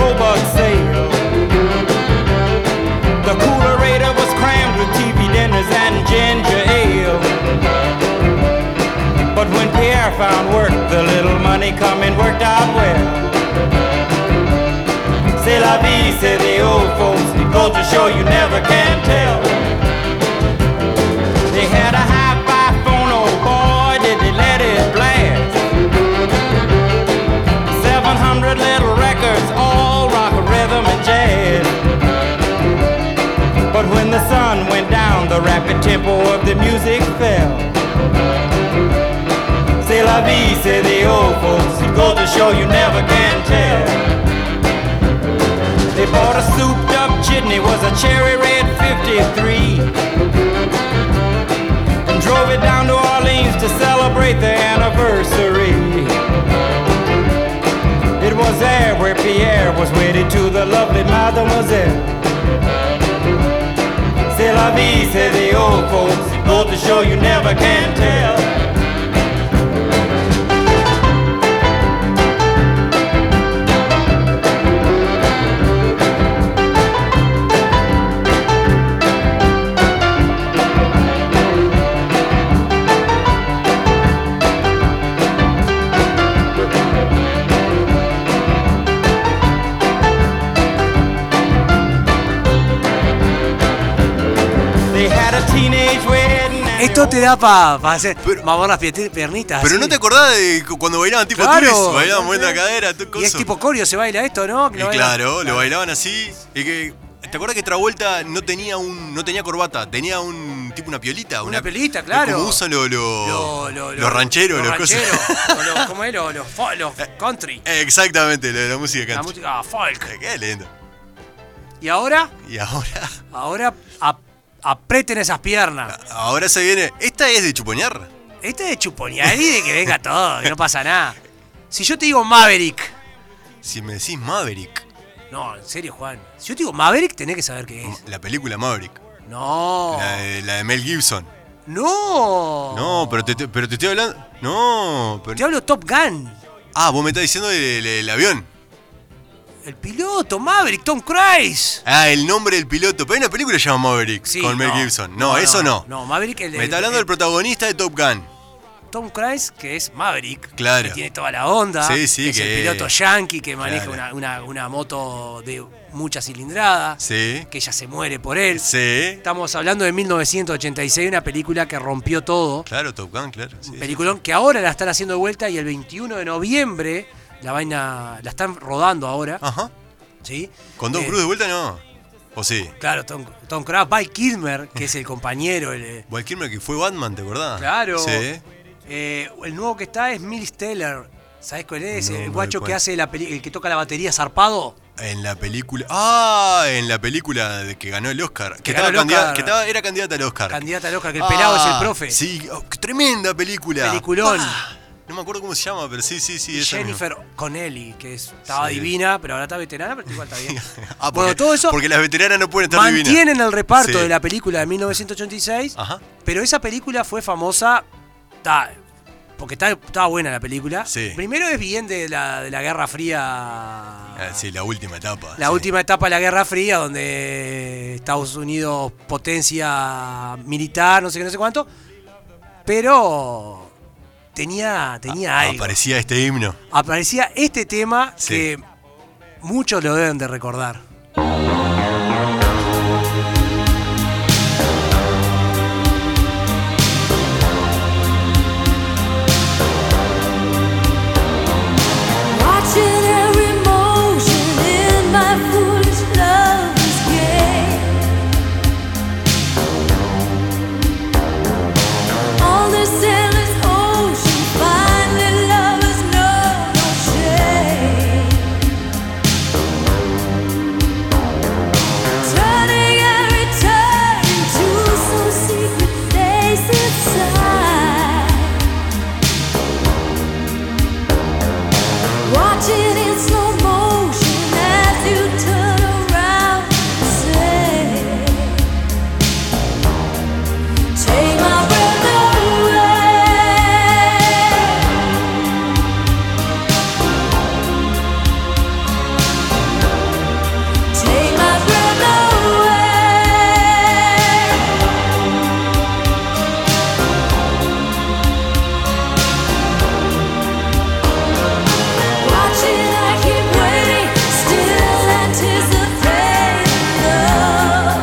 Speaker 6: robot sale. The coolerator was crammed with TV dinners and ginger ale. But when Pierre found work, the little money coming worked out well. C'est la vie, say the old folks. It goes to show you never can tell. They had a hi-fi phone, oh boy, did they let it blast. 700 little records, all rock, rhythm, and jazz. But when the sun went down, the rapid tempo of the music fell. C'est la vie, say the old folks. It goes to show you never can tell. They bought a souped up chitney, was a cherry red 53. And drove it down to Orleans to celebrate the anniversary. It was there where Pierre was wedded to the lovely Mademoiselle. C'est la vie, say the old folks. It goes to show you never can tell. They had a teenage wedding. and
Speaker 3: Esto te da para hacer.
Speaker 4: Pero-
Speaker 3: mamar las pie- piernitas.
Speaker 4: Pero
Speaker 3: así.
Speaker 4: no te acordás de cu- cuando bailaban tipo
Speaker 3: Ah, Claro.
Speaker 4: twist, bailaban buena cadera, tu-
Speaker 3: Y es
Speaker 4: coso.
Speaker 3: tipo corio, se baila esto, ¿no? Que
Speaker 4: Y
Speaker 3: lo baila-
Speaker 4: claro, lo bailaban así. Y que, ¿Te acuerdas que Travolta no tenía un no tenía corbata? Tenía un tipo una piolita.
Speaker 3: Una piolita, claro.
Speaker 4: Como usan lo- lo-
Speaker 3: Lo- lo- lo-
Speaker 4: los rancheros,
Speaker 3: los
Speaker 4: los cosas. Eh,
Speaker 3: rancheros, o los- ¿Cómo es? Los, los fo- los country.
Speaker 4: *laughs* Exactamente, lo de la música
Speaker 3: La
Speaker 4: country. Eh,
Speaker 3: música ah, folk.
Speaker 4: Qué lindo.
Speaker 3: Y ahora,
Speaker 4: Y ahora,
Speaker 3: ahora ap- aprieten esas piernas.
Speaker 4: ahora se viene. Esta es de chuponear.
Speaker 3: Este es chuponear y de que venga todo, que no pasa nada. Si yo te digo Maverick.
Speaker 4: Si me decís Maverick,
Speaker 3: No, en serio, Juan. Si yo te digo Maverick, tenés que saber qué es. Oh.
Speaker 4: la película Maverick,
Speaker 3: No.
Speaker 4: la, de, la de Mel Gibson.
Speaker 3: No.
Speaker 4: No, pero te, te- pero te estoy hablando. No,
Speaker 3: Te
Speaker 4: pero.
Speaker 3: hablo Top Gun.
Speaker 4: Ah, vos me estás diciendo el, el- el avión.
Speaker 3: El piloto, Maverick, Tom Cruise.
Speaker 4: Ah, el nombre del piloto. Pero hay una película que se llama Maverick
Speaker 3: Sí,
Speaker 4: con Mel
Speaker 3: no.
Speaker 4: Gibson. No, eso no.
Speaker 3: No, Maverick. El,
Speaker 4: Me está hablando
Speaker 3: el-
Speaker 4: del protagonista de Top Gun.
Speaker 3: Tom Cruise, que es Maverick,
Speaker 4: Claro.
Speaker 3: que tiene toda la onda,
Speaker 4: Sí, sí,
Speaker 3: que es
Speaker 4: que-
Speaker 3: el piloto yankee que maneja
Speaker 4: Claro.
Speaker 3: una, una- una moto de mucha cilindrada,
Speaker 4: Sí.
Speaker 3: que ella se muere por él.
Speaker 4: Sí.
Speaker 3: Estamos hablando de 1986, una película que rompió todo.
Speaker 4: Claro, Top Gun, claro. sí, sí.
Speaker 3: Peliculón que ahora la están haciendo de vuelta y el 21 de noviembre la vaina la están rodando ahora.
Speaker 4: Ajá.
Speaker 3: ¿sí?
Speaker 4: Ah, Con Don
Speaker 3: Eh,
Speaker 4: Cruz de vuelta no. ¿O sí?
Speaker 3: Claro, Tom, Tom Cruise, Ah, Val Kilmer, que es el compañero. el, eh,
Speaker 4: Val Kilmer que fue Batman, ¿te acordás?
Speaker 3: claro.
Speaker 4: Ah, Sí.
Speaker 3: Eh, el nuevo que está es Miles Teller. ¿Sabes cuál es?
Speaker 4: No, no
Speaker 3: el
Speaker 4: me
Speaker 3: guacho que
Speaker 4: acuerdo.
Speaker 3: hace la peli- el que toca la batería zarpado.
Speaker 4: En la película. ¡Ah! En la película de que ganó el Oscar. Que,
Speaker 3: ganó
Speaker 4: estaba
Speaker 3: el
Speaker 4: candida-
Speaker 3: Oscar.
Speaker 4: que estaba- era candidata al Oscar.
Speaker 3: Candidata al Oscar, que el
Speaker 4: Ah,
Speaker 3: pelado es el profe.
Speaker 4: Sí, oh, qué tremenda película.
Speaker 3: Peliculón.
Speaker 4: Ah, no me acuerdo cómo se llama, pero sí, sí, sí.
Speaker 3: Y
Speaker 4: esa misma.
Speaker 3: Jennifer Connelly, que es- estaba
Speaker 4: Sí.
Speaker 3: divina, pero ahora está veterana, pero igual está bien.
Speaker 4: *laughs* Ah, porque,
Speaker 3: bueno, todo eso
Speaker 4: Porque las veteranas no pueden estar
Speaker 3: mantienen
Speaker 4: divinas.
Speaker 3: el reparto
Speaker 4: Sí.
Speaker 3: de la película de 1986,
Speaker 4: Ajá.
Speaker 3: pero esa película fue famosa ta- porque está- estaba buena la película.
Speaker 4: Sí.
Speaker 3: Primero es bien de la, de la Guerra Fría.
Speaker 4: Ah, sí, la última etapa.
Speaker 3: La
Speaker 4: sí.
Speaker 3: última etapa de la Guerra Fría, donde Estados Unidos potencia militar, no sé qué, no sé cuánto, pero tenía, tenía algo.
Speaker 4: Aparecía este himno.
Speaker 3: Aparecía este tema
Speaker 4: Sí.
Speaker 3: que muchos lo deben de recordar.
Speaker 7: Watching every motion in my foolish lover's game. On the sailor's ocean, finding lovers know no shame. Turning and returning to some secret place inside. Watching in slow motion as you turn around and say, Take my breath away. Take my breath away. Watching, I keep waiting, still anticipating love.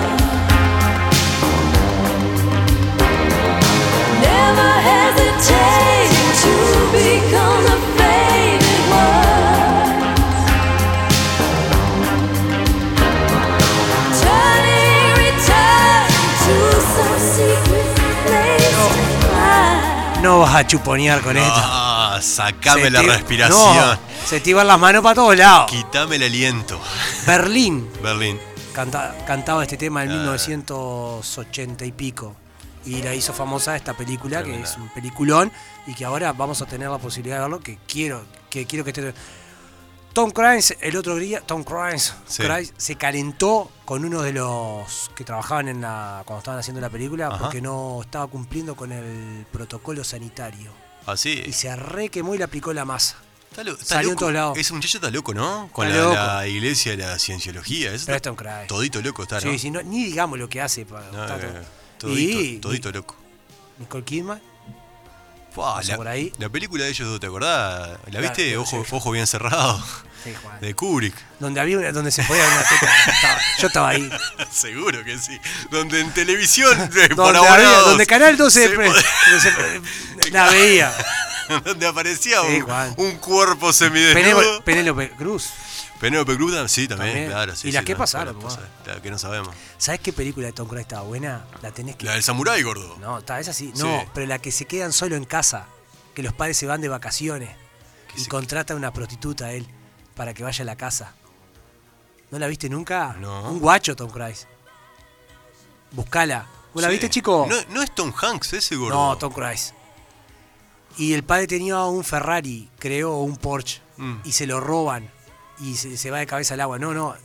Speaker 7: Never hesitating to become the faded one. Turning, returning to some secret place to hide.
Speaker 3: No vas a chuponear con esto.
Speaker 4: Ah, sacame la
Speaker 3: te-
Speaker 4: respiración.
Speaker 3: No, se te iban las manos para todos lados.
Speaker 4: Quitame el aliento.
Speaker 3: Berlín
Speaker 4: Berlín.
Speaker 3: canta- cantaba este tema en
Speaker 4: Ah.
Speaker 3: 1980 y pico. Y la hizo famosa esta película, que es un peliculón, y que ahora vamos a tener la posibilidad de verlo, que quiero, que quiero que esté. Tom Cruise, el otro día, Tom Cruise,
Speaker 4: Sí.
Speaker 3: Cruise se calentó con uno de los que trabajaban en la. cuando estaban haciendo la película,
Speaker 4: Ajá.
Speaker 3: porque no estaba cumpliendo con el protocolo sanitario.
Speaker 4: Así.
Speaker 3: Y se requemó y le aplicó la masa.
Speaker 4: Ah, Está lo- está
Speaker 3: Salió en
Speaker 4: loco.
Speaker 3: todos lados.
Speaker 4: Ese muchacho está loco, ¿no? Con
Speaker 3: Está
Speaker 4: la,
Speaker 3: loco.
Speaker 4: la iglesia de la cienciología. eso
Speaker 3: Pero
Speaker 4: está
Speaker 3: es Tom Cruise.
Speaker 4: Todito loco está, ¿no?
Speaker 3: Sí, sí, no- ni digamos lo que hace. pa-
Speaker 4: No,
Speaker 3: está
Speaker 4: eh,
Speaker 3: todo.
Speaker 4: todito,
Speaker 3: Y-
Speaker 4: todito loco.
Speaker 3: Nicole Kidman.
Speaker 4: Fua,
Speaker 3: Pasó
Speaker 4: la,
Speaker 3: por ahí.
Speaker 4: la película de ellos dos, ¿te acordás? ¿La viste?
Speaker 3: Claro,
Speaker 4: ojo,
Speaker 3: sí.
Speaker 4: ojo
Speaker 3: *laughs*
Speaker 4: bien cerrado.
Speaker 3: Sí, Juan.
Speaker 4: De Kubrick.
Speaker 3: Donde había una- donde se podía ver una
Speaker 4: *laughs*
Speaker 3: teta. Estaba- yo estaba ahí.
Speaker 4: Seguro que sí. Donde en
Speaker 3: *laughs*
Speaker 4: televisión, eh, por
Speaker 3: Donde,
Speaker 4: ahora.
Speaker 3: había-
Speaker 4: *laughs*
Speaker 3: donde Canal 12
Speaker 4: se
Speaker 3: pre- se- la veía.
Speaker 4: donde aparecía
Speaker 3: Sí,
Speaker 4: un,
Speaker 3: Juan.
Speaker 4: un cuerpo semidesnudo.
Speaker 3: Penelo- Penélope Cruz.
Speaker 4: Penélope Cruz, sí, también,
Speaker 3: También.
Speaker 4: claro. Sí,
Speaker 3: ¿Y las
Speaker 4: sí,
Speaker 3: que
Speaker 4: no,
Speaker 3: pasaron,
Speaker 4: las
Speaker 3: Juan?
Speaker 4: cosas, las que no sabemos.
Speaker 3: ¿Sabes qué película de Tom Cruise estaba buena? La tenés que.
Speaker 4: La del samurái, gordo.
Speaker 3: No, está, esa sí. No,
Speaker 4: Sí.
Speaker 3: pero la que se quedan solo en casa. Que los padres se van de vacaciones.
Speaker 4: Que
Speaker 3: Y
Speaker 4: se-
Speaker 3: contrata una prostituta a él para que vaya a la casa. ¿No la viste nunca?
Speaker 4: No.
Speaker 3: Un guacho, Tom Cruise. Buscala. ¿Vos la
Speaker 4: Sí.
Speaker 3: viste, chico?
Speaker 4: No, no es Tom Hanks ese, gordo.
Speaker 3: No, Tom Cruise. Y el padre tenía un Ferrari, creo, o un Porsche,
Speaker 4: Mm.
Speaker 3: y se lo roban y se, se va de cabeza al agua. No,
Speaker 4: *laughs*
Speaker 3: no.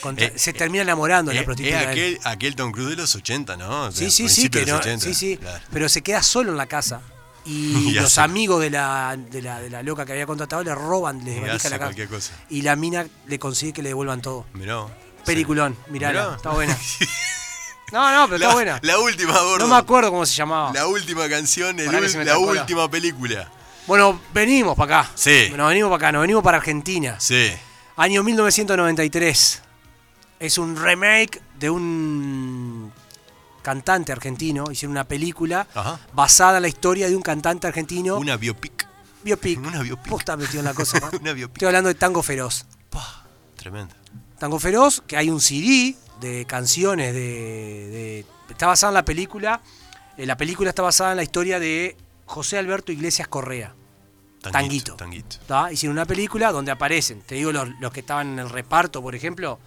Speaker 3: Contra-
Speaker 4: Eh,
Speaker 3: se termina enamorando de
Speaker 4: Es,
Speaker 3: la prostituta.
Speaker 4: Eh, es
Speaker 3: él.
Speaker 4: aquel, aquel Tom Cruise de los 80, ¿no?
Speaker 3: sí, sí,
Speaker 4: De
Speaker 3: sí,
Speaker 4: principios
Speaker 3: que
Speaker 4: de los
Speaker 3: no-
Speaker 4: 80.
Speaker 3: sí, sí.
Speaker 4: Claro.
Speaker 3: Pero se queda solo en la casa. Y,
Speaker 4: *laughs* Y
Speaker 3: los
Speaker 4: hace-
Speaker 3: amigos de la, de, la, de la loca que había contratado le roban, les
Speaker 4: Y
Speaker 3: desvalijan
Speaker 4: hace
Speaker 3: la casa.
Speaker 4: cualquier cosa.
Speaker 3: Y la mina le consigue que le devuelvan todo.
Speaker 4: Mirá. *laughs*
Speaker 3: Peliculón, mirala,
Speaker 4: Mirá.
Speaker 3: está buena. No, no, pero
Speaker 4: la,
Speaker 3: está buena.
Speaker 4: la última, gordo.
Speaker 3: No me acuerdo cómo se llamaba.
Speaker 4: La última canción, el
Speaker 3: Pará que
Speaker 4: ul-
Speaker 3: se me
Speaker 4: la
Speaker 3: escapó la-
Speaker 4: última película.
Speaker 3: Bueno, venimos para acá.
Speaker 4: Sí.
Speaker 3: Nos venimos para acá, nos venimos para Argentina.
Speaker 4: Sí.
Speaker 3: Año 1993. Es un remake de un cantante argentino. Hicieron una película
Speaker 4: Ajá.
Speaker 3: basada en la historia de un cantante argentino.
Speaker 4: Una biopic.
Speaker 3: biopic.
Speaker 4: una biopic.
Speaker 3: Vos estás metido en la cosa. ¿no?
Speaker 4: *laughs* Una biopic.
Speaker 3: Estoy hablando de Tango Feroz.
Speaker 4: Pa, tremendo.
Speaker 3: Tango Feroz, que hay un CD de canciones de, de- está basada en la película. eh, la película está basada en la historia de José Alberto Iglesias Correa. Tanguito.
Speaker 4: Tanguito. Tanguito.
Speaker 3: ¿tá? Hicieron una película donde aparecen, te digo los, los que estaban en el reparto, por ejemplo,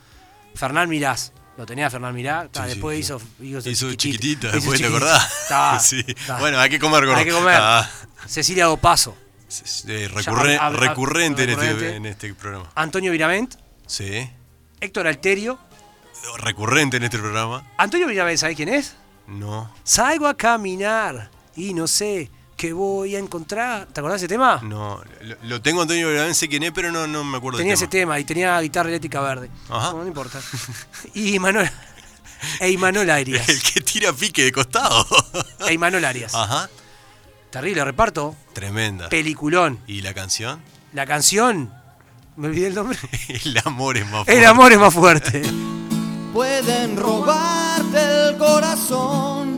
Speaker 3: Fernán Mirás. Lo tenía Fernán Mirás, tá,
Speaker 4: Sí, sí,
Speaker 3: después
Speaker 4: sí.
Speaker 3: hizo, hizo,
Speaker 4: Hizo
Speaker 3: Chiquitita,
Speaker 4: chiquitita,
Speaker 3: hizo
Speaker 4: después te
Speaker 3: Chiquitita,
Speaker 4: acordás.
Speaker 3: tá,
Speaker 4: *laughs* Sí.
Speaker 3: tá.
Speaker 4: Bueno, hay que comer, gordo.
Speaker 3: Hay que comer.
Speaker 4: Ah,
Speaker 3: Cecilia Dopaso,
Speaker 4: es- eh, recurre-
Speaker 3: Ya, hab- hab-
Speaker 4: recurrente en
Speaker 3: recurrente.
Speaker 4: este, en este programa.
Speaker 3: Antonio Viravent,
Speaker 4: Sí.
Speaker 3: Héctor Alterio.
Speaker 4: Recurrente en este programa.
Speaker 3: Antonio Viravent, ¿sabés quién es?
Speaker 4: No.
Speaker 3: Salgo a caminar y no sé qué voy a encontrar. ¿Te acordás de ese tema?
Speaker 4: No. Lo, lo tengo Antonio Braván, sé quién es, pero no, no me acuerdo
Speaker 3: tenía
Speaker 4: del
Speaker 3: ese
Speaker 4: tema.
Speaker 3: tema y tenía guitarra eléctrica verde.
Speaker 4: Ajá.
Speaker 3: Bueno, no importa. Y Manuel. *laughs* E Imanol Arias.
Speaker 4: *laughs* El que tira pique de costado. *laughs*
Speaker 3: E Imanol Arias.
Speaker 4: Ajá.
Speaker 3: Terrible reparto.
Speaker 4: Tremenda.
Speaker 3: Peliculón.
Speaker 4: ¿Y la canción? *laughs*
Speaker 3: La canción. Me olvidé el nombre.
Speaker 4: El amor es más fuerte.
Speaker 3: El amor es más fuerte.
Speaker 6: Pueden robarte el corazón,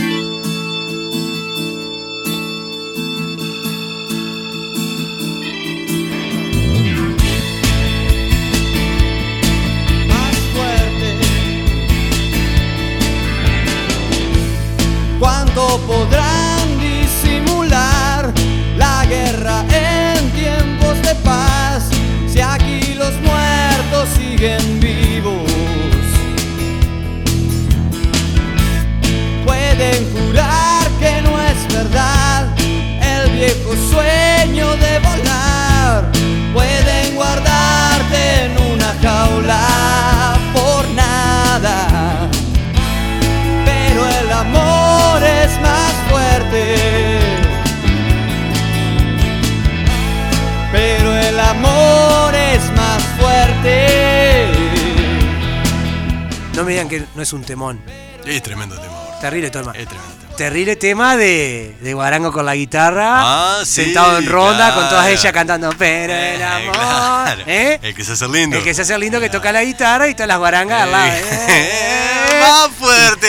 Speaker 6: más fuerte. ¿Cuánto podrán disimular la guerra en tiempos de paz? Si aquí los muertos siguen vivos. Pueden jurar que no es verdad el viejo sueño de volar. Pueden guardarte en una jaula por nada. Pero el amor es más fuerte. Pero el amor es más fuerte.
Speaker 3: No me digan que no es un temón.
Speaker 4: Es tremendo tema, gordo.
Speaker 3: Terrible tema.
Speaker 4: Es tremendo tema.
Speaker 3: Terrible tema de, de Guarango con la guitarra.
Speaker 4: Ah, sí,
Speaker 3: sentado en ronda con todas
Speaker 4: claro.
Speaker 3: ellas cantando. Pero
Speaker 4: Eh,
Speaker 3: el amor.
Speaker 4: *laughs* claro.
Speaker 3: ¿eh?
Speaker 4: El que se hace lindo.
Speaker 3: El que se hace lindo que toca la
Speaker 4: Eh,
Speaker 3: guitarra y todas las guarangas al lado.
Speaker 4: *laughs*
Speaker 3: Eh.
Speaker 4: ¡Más fuerte!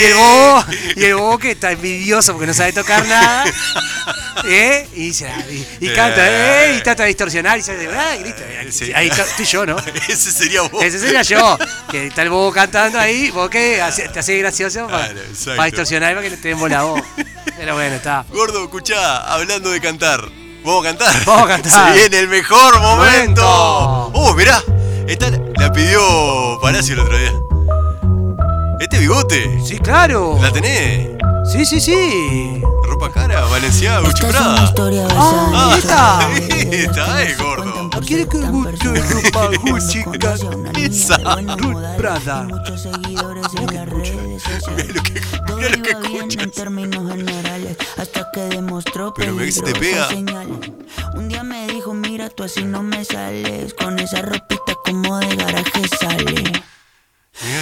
Speaker 3: Y el
Speaker 4: *laughs*
Speaker 3: bobo, y el bobo que está envidioso porque no sabe tocar nada. ¿eh? Y, se- y- y canta, ¿eh? y trata de distorsionar y se hace, ah, y grita.
Speaker 4: Eh, sí.
Speaker 3: Ahí to- estoy
Speaker 4: *laughs*
Speaker 3: yo, ¿no?
Speaker 4: Ese sería vos.
Speaker 3: Ese sería yo, que está el bobo cantando ahí, vos que hace- te haces gracioso para,
Speaker 4: Claro, exacto.
Speaker 3: para distorsionar y para que te den bola a
Speaker 4: *laughs*
Speaker 3: vos. Pero bueno, está.
Speaker 4: Gordo, escuchá, hablando de cantar. ¿Vamos a cantar?
Speaker 3: Vamos a
Speaker 4: *laughs*
Speaker 3: cantar.
Speaker 4: Se viene el mejor momento.
Speaker 3: Momento.
Speaker 4: Oh, mirá. Esta la pidió Palacio el otro día. Este bigote.
Speaker 3: Sí, claro.
Speaker 4: ¿La tenés?
Speaker 3: Sí, sí, sí.
Speaker 4: ¿Ropa cara? ¿Valenciaga?
Speaker 8: Esta es una
Speaker 4: ¿Guchiprada?
Speaker 8: historia
Speaker 3: Ah,
Speaker 8: basada
Speaker 4: *laughs* ahí
Speaker 8: en hechos
Speaker 4: está,
Speaker 8: reales que
Speaker 4: ahí,
Speaker 8: no se
Speaker 4: gordo.
Speaker 8: cuentan por
Speaker 3: ¿Quiere que
Speaker 8: ser tan
Speaker 3: Gucci,
Speaker 8: personales,
Speaker 3: ropa
Speaker 8: que se
Speaker 3: Gucci,
Speaker 8: conoce a una niña de
Speaker 4: esa,
Speaker 8: buenos
Speaker 3: Ruth
Speaker 8: modales
Speaker 3: Prada.
Speaker 8: y muchos seguidores en las redes sociales.
Speaker 4: Mirá lo que-
Speaker 8: Todo
Speaker 4: mirá lo que
Speaker 8: iba bien en
Speaker 4: escuchas.
Speaker 8: términos generales hasta que demostró
Speaker 4: Pero ve que se te
Speaker 8: peligrosas
Speaker 4: pega.
Speaker 8: señales. Un día me dijo, mira, tú así no me sales. Con esa ropita como de garaje sale.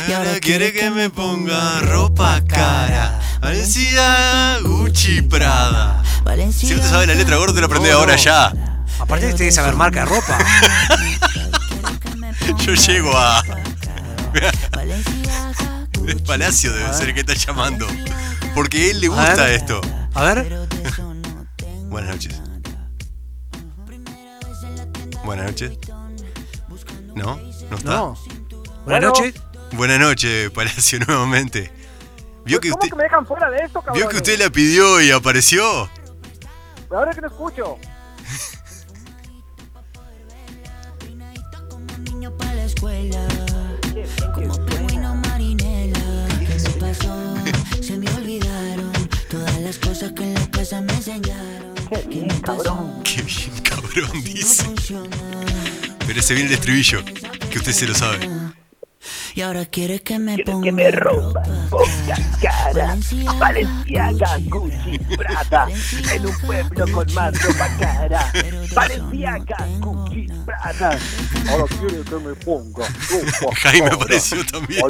Speaker 4: Y ahora quiere que me ponga ropa cara. Valenciaga, Gucci, Prada. Si no te sabes la letra, gordo, te la aprendés
Speaker 3: No,
Speaker 4: ahora
Speaker 3: no.
Speaker 4: ya.
Speaker 3: Aparte tenés que saber marca de ropa.
Speaker 4: Yo llego a- El Palacio debe ser el que está llamando. Porque a él le
Speaker 3: A
Speaker 4: gusta
Speaker 3: ver.
Speaker 4: esto.
Speaker 3: A ver,
Speaker 4: Buenas noches. Buenas noches. No, no está.
Speaker 3: No. Buenas
Speaker 5: Bueno.
Speaker 3: noches.
Speaker 4: Buenas noches, Palacio, *laughs* nuevamente. ¿Vio que
Speaker 5: Pues, ¿Cómo
Speaker 4: usted,
Speaker 5: que me dejan fuera de esto, cabrón?
Speaker 4: ¿Vio que usted la pidió y apareció?
Speaker 5: Ahora que no escucho.
Speaker 7: como un niño para la escuela. Como pingüino marinela. Eso pasó, se me olvidaron todas las cosas que en la casa me enseñaron. Que me pasó,
Speaker 4: Qué bien, cabrón,
Speaker 7: no
Speaker 4: dice.
Speaker 7: funciona.
Speaker 4: Pero se viene el estribillo, que usted se lo sabe.
Speaker 7: Y ahora quieres que me
Speaker 9: Quieres
Speaker 7: ponga
Speaker 9: que me rompa poca cara.
Speaker 7: Valenciaga,
Speaker 9: Valenciaga, Gucci,
Speaker 7: Gucci,
Speaker 9: Prada.
Speaker 7: Valenciaga,
Speaker 9: En un pueblo con más ropa cara.
Speaker 7: Pero de eso
Speaker 9: Valenciaga,
Speaker 7: no tengo
Speaker 9: Gucci,
Speaker 7: nada.
Speaker 9: Prada.
Speaker 5: Ahora quiere que me ponga.
Speaker 4: *laughs* Jaime apareció también.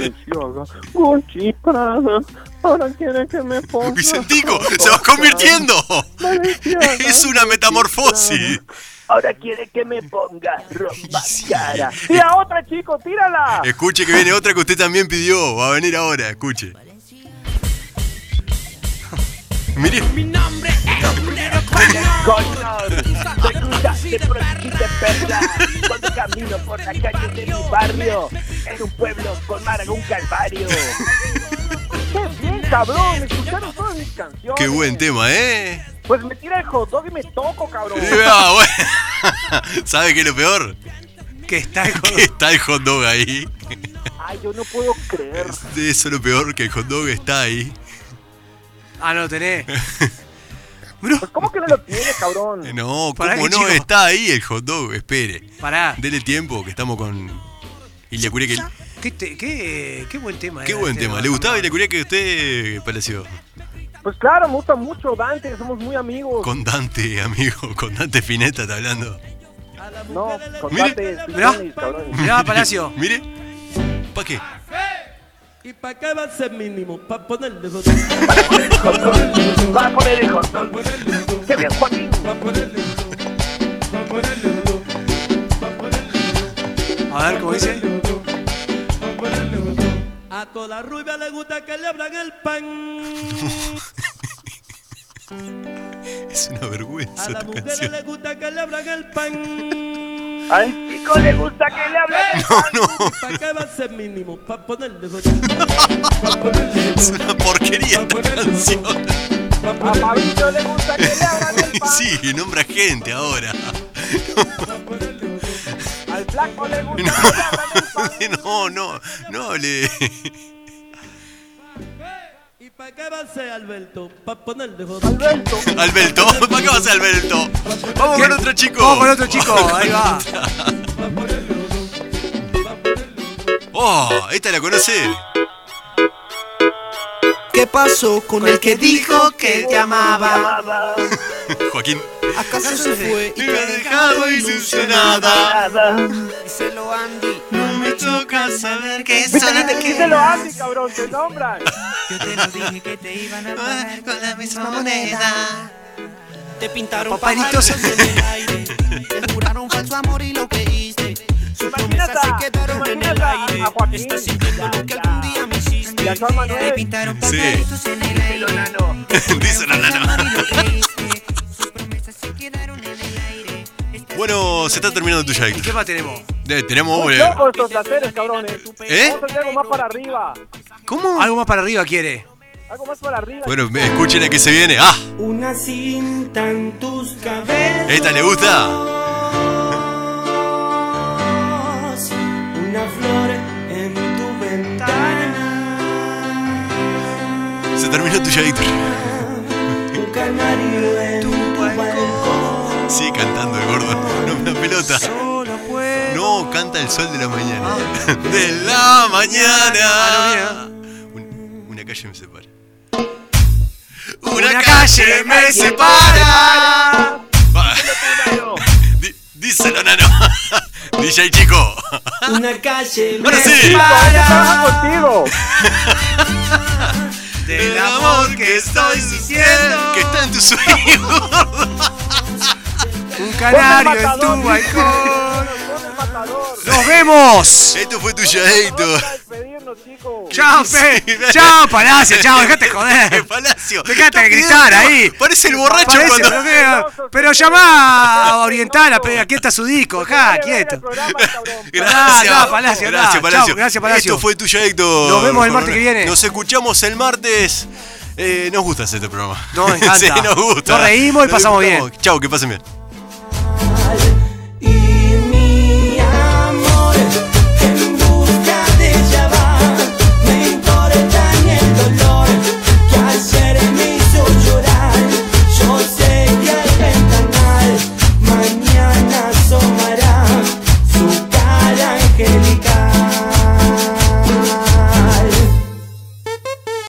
Speaker 5: Gucci Prada. Ahora quiere que me ponga.
Speaker 4: Vicentico, se va convirtiendo.
Speaker 5: Valenciaga,
Speaker 4: Es una metamorfosis.
Speaker 9: Ahora quiere que me ponga ropa cara.
Speaker 5: ¡Tira otra, chico! ¡Tírala!
Speaker 4: Escuche que viene otra que usted también pidió. Va a venir ahora, escuche. Mire,
Speaker 9: Color, me gusta de prosquí de perla. Cuando camino por la calle de mi barrio, en un pueblo con mar un calvario.
Speaker 5: ¡Qué bien, cabrón! ¡Me escucharon todas mis canciones!
Speaker 4: qué buen tema, ¿eh?
Speaker 5: Pues me tira el hot dog y me toco, cabrón.
Speaker 4: Ah, bueno. *laughs* ¿Sabe qué es lo peor?
Speaker 3: Que
Speaker 4: *laughs*
Speaker 3: está el
Speaker 4: Que Está el hot dog ahí.
Speaker 5: Ay, yo no puedo creer.
Speaker 4: Eso es lo peor, que el hot dog está ahí.
Speaker 3: Ah, no, tenés. Bro,
Speaker 5: Pues, ¿cómo que no lo tiene, cabrón?
Speaker 4: Eh, No,
Speaker 3: Pará
Speaker 4: ¿cómo
Speaker 3: que
Speaker 4: no
Speaker 3: chico.
Speaker 4: está ahí el hot dog? Espere.
Speaker 3: pará.
Speaker 4: Dele tiempo, que estamos con Ilia que
Speaker 3: ¿Qué, te- qué, qué buen tema.
Speaker 4: Qué
Speaker 3: era
Speaker 4: buen
Speaker 3: este,
Speaker 4: tema.
Speaker 3: ¿no?
Speaker 4: ¿Le gustaba Ilia que usted, Palacio?
Speaker 5: Pues claro, me gusta mucho Dante, somos muy amigos.
Speaker 4: Con Dante, amigo. *laughs* Con Dante Fineta está hablando.
Speaker 5: No, con
Speaker 4: Mire.
Speaker 5: Dante,
Speaker 3: Mirá.
Speaker 5: Piñones, cabrón.
Speaker 3: Mirá, Ah, Palacio.
Speaker 4: *laughs* Mire. ¿Para qué?
Speaker 6: ¿Y para qué va a ser mínimo? Para ponerle
Speaker 9: Va a poner el hot dog. ¡Qué bien, Joaquín!
Speaker 3: A ver, ¿cómo dice?
Speaker 6: A toda rubia le gusta que le abran el pan.
Speaker 4: Es una vergüenza
Speaker 6: A la
Speaker 4: esta
Speaker 6: mujer
Speaker 4: canción.
Speaker 6: le gusta que le abran el pan.
Speaker 5: Al chico le gusta que le hable.
Speaker 6: ¿Para qué va a ser mínimo? Para ponerle
Speaker 4: Es una porquería esta canción.
Speaker 5: A Fabricio le gusta que le abran el pan.
Speaker 4: *laughs* Sí, nombra gente ahora.
Speaker 5: Al flaco le gusta que le abran el pan.
Speaker 4: No, *laughs* no, no le.
Speaker 6: ¿Y para qué va a ser Alberto? Para ponerle
Speaker 5: Alberto,
Speaker 4: Alberto, ¿para qué vas Alberto? Vamos con otro chico.
Speaker 3: Vamos con otro chico,
Speaker 4: *laughs*
Speaker 3: ahí va.
Speaker 4: Oh, esta la conoce.
Speaker 1: ¿Qué pasó con el que dijo que te amaba?
Speaker 4: Joaquín.
Speaker 1: ¿Acaso se fue y te ha dejado
Speaker 4: dejado
Speaker 1: ilusionada?
Speaker 9: Nada.
Speaker 1: Díselo Andy, no me toca saber que solo te
Speaker 5: díselo
Speaker 1: quedas.
Speaker 5: a Andy, cabrón, te nombran.
Speaker 1: Yo te lo dije que te iban a pagar con la misma moneda. Te pintaron
Speaker 3: Paparitos.
Speaker 1: pajaritos en el aire. Te juraron falso amor y lo que hice. Sus promesas
Speaker 5: Imagínate,
Speaker 1: se quedaron en el
Speaker 5: imagínate a
Speaker 1: aire.
Speaker 5: Joaquín.
Speaker 1: Estás sintiendo lo que algún día me
Speaker 5: Y a
Speaker 1: hiciste.
Speaker 5: Juan Manuel.
Speaker 1: Te pintaron
Speaker 4: Sí.
Speaker 1: pajaritos en el aire.
Speaker 4: Dice la nana. Bueno, se está terminando tuya,
Speaker 3: ¿Y qué
Speaker 4: Héctor.
Speaker 3: más tenemos?
Speaker 4: Eh, tenemos.
Speaker 5: Muy
Speaker 4: eh,
Speaker 5: locos estos placeres, cabrones.
Speaker 4: ¿Eh?
Speaker 5: Vamos a hacer algo más para arriba.
Speaker 4: ¿Cómo?
Speaker 3: Algo más para arriba quiere.
Speaker 5: Algo más para arriba.
Speaker 4: Bueno, me- escuchen a que se viene. Ah,
Speaker 6: Una cinta en tus cabezas.
Speaker 4: esta le gusta.
Speaker 6: Una flor en tu ventana.
Speaker 4: Se terminó tuya, Héctor.
Speaker 6: Un canario en tu balcón.
Speaker 4: Sí, cantando el gordo. *laughs* No me da pelota. No, canta el sol de la mañana. *laughs* De la mañana. Un- Una calle me separa. Una calle me separa. Va. *laughs* Di- Díselo, nano. *laughs* DJ chico.
Speaker 6: Una calle
Speaker 4: Ahora sí.
Speaker 5: Estamos contigo.
Speaker 4: Del amor que estoy sintiendo. Que está en tu *laughs* sueño.
Speaker 3: Un canario en
Speaker 5: Matador.
Speaker 3: tu balcón.
Speaker 5: matador.
Speaker 3: ¡Nos vemos!
Speaker 4: *laughs* Esto fue tuya, Héctor.
Speaker 3: ¡Chao, Fe!
Speaker 4: *laughs*
Speaker 3: ¡Chao, Palacio! ¡Chao! ¡Dejate joder!
Speaker 4: Eh, Palacio!
Speaker 3: ¡Dejate de
Speaker 4: Está
Speaker 3: gritar
Speaker 4: pidiendo-
Speaker 3: ahí!
Speaker 4: Parece el borracho
Speaker 3: Parece-
Speaker 4: cuando. *laughs*
Speaker 3: pero, pero llama a Oriental, a pe- aquí está su disco, acá, quieto.
Speaker 4: *laughs* Gracias,
Speaker 3: Ah, no, Palacio, no.
Speaker 4: gracias, Palacio.
Speaker 3: Chao, gracias, Palacio.
Speaker 4: Esto fue tuya, Héctor.
Speaker 3: Nos vemos el martes que viene.
Speaker 4: Nos escuchamos el martes. Eh, nos gusta hacer este programa.
Speaker 3: Nos encanta.
Speaker 4: *laughs* sí, nos gusta.
Speaker 3: Nos reímos y pasamos bien.
Speaker 4: Chao, que pasen bien.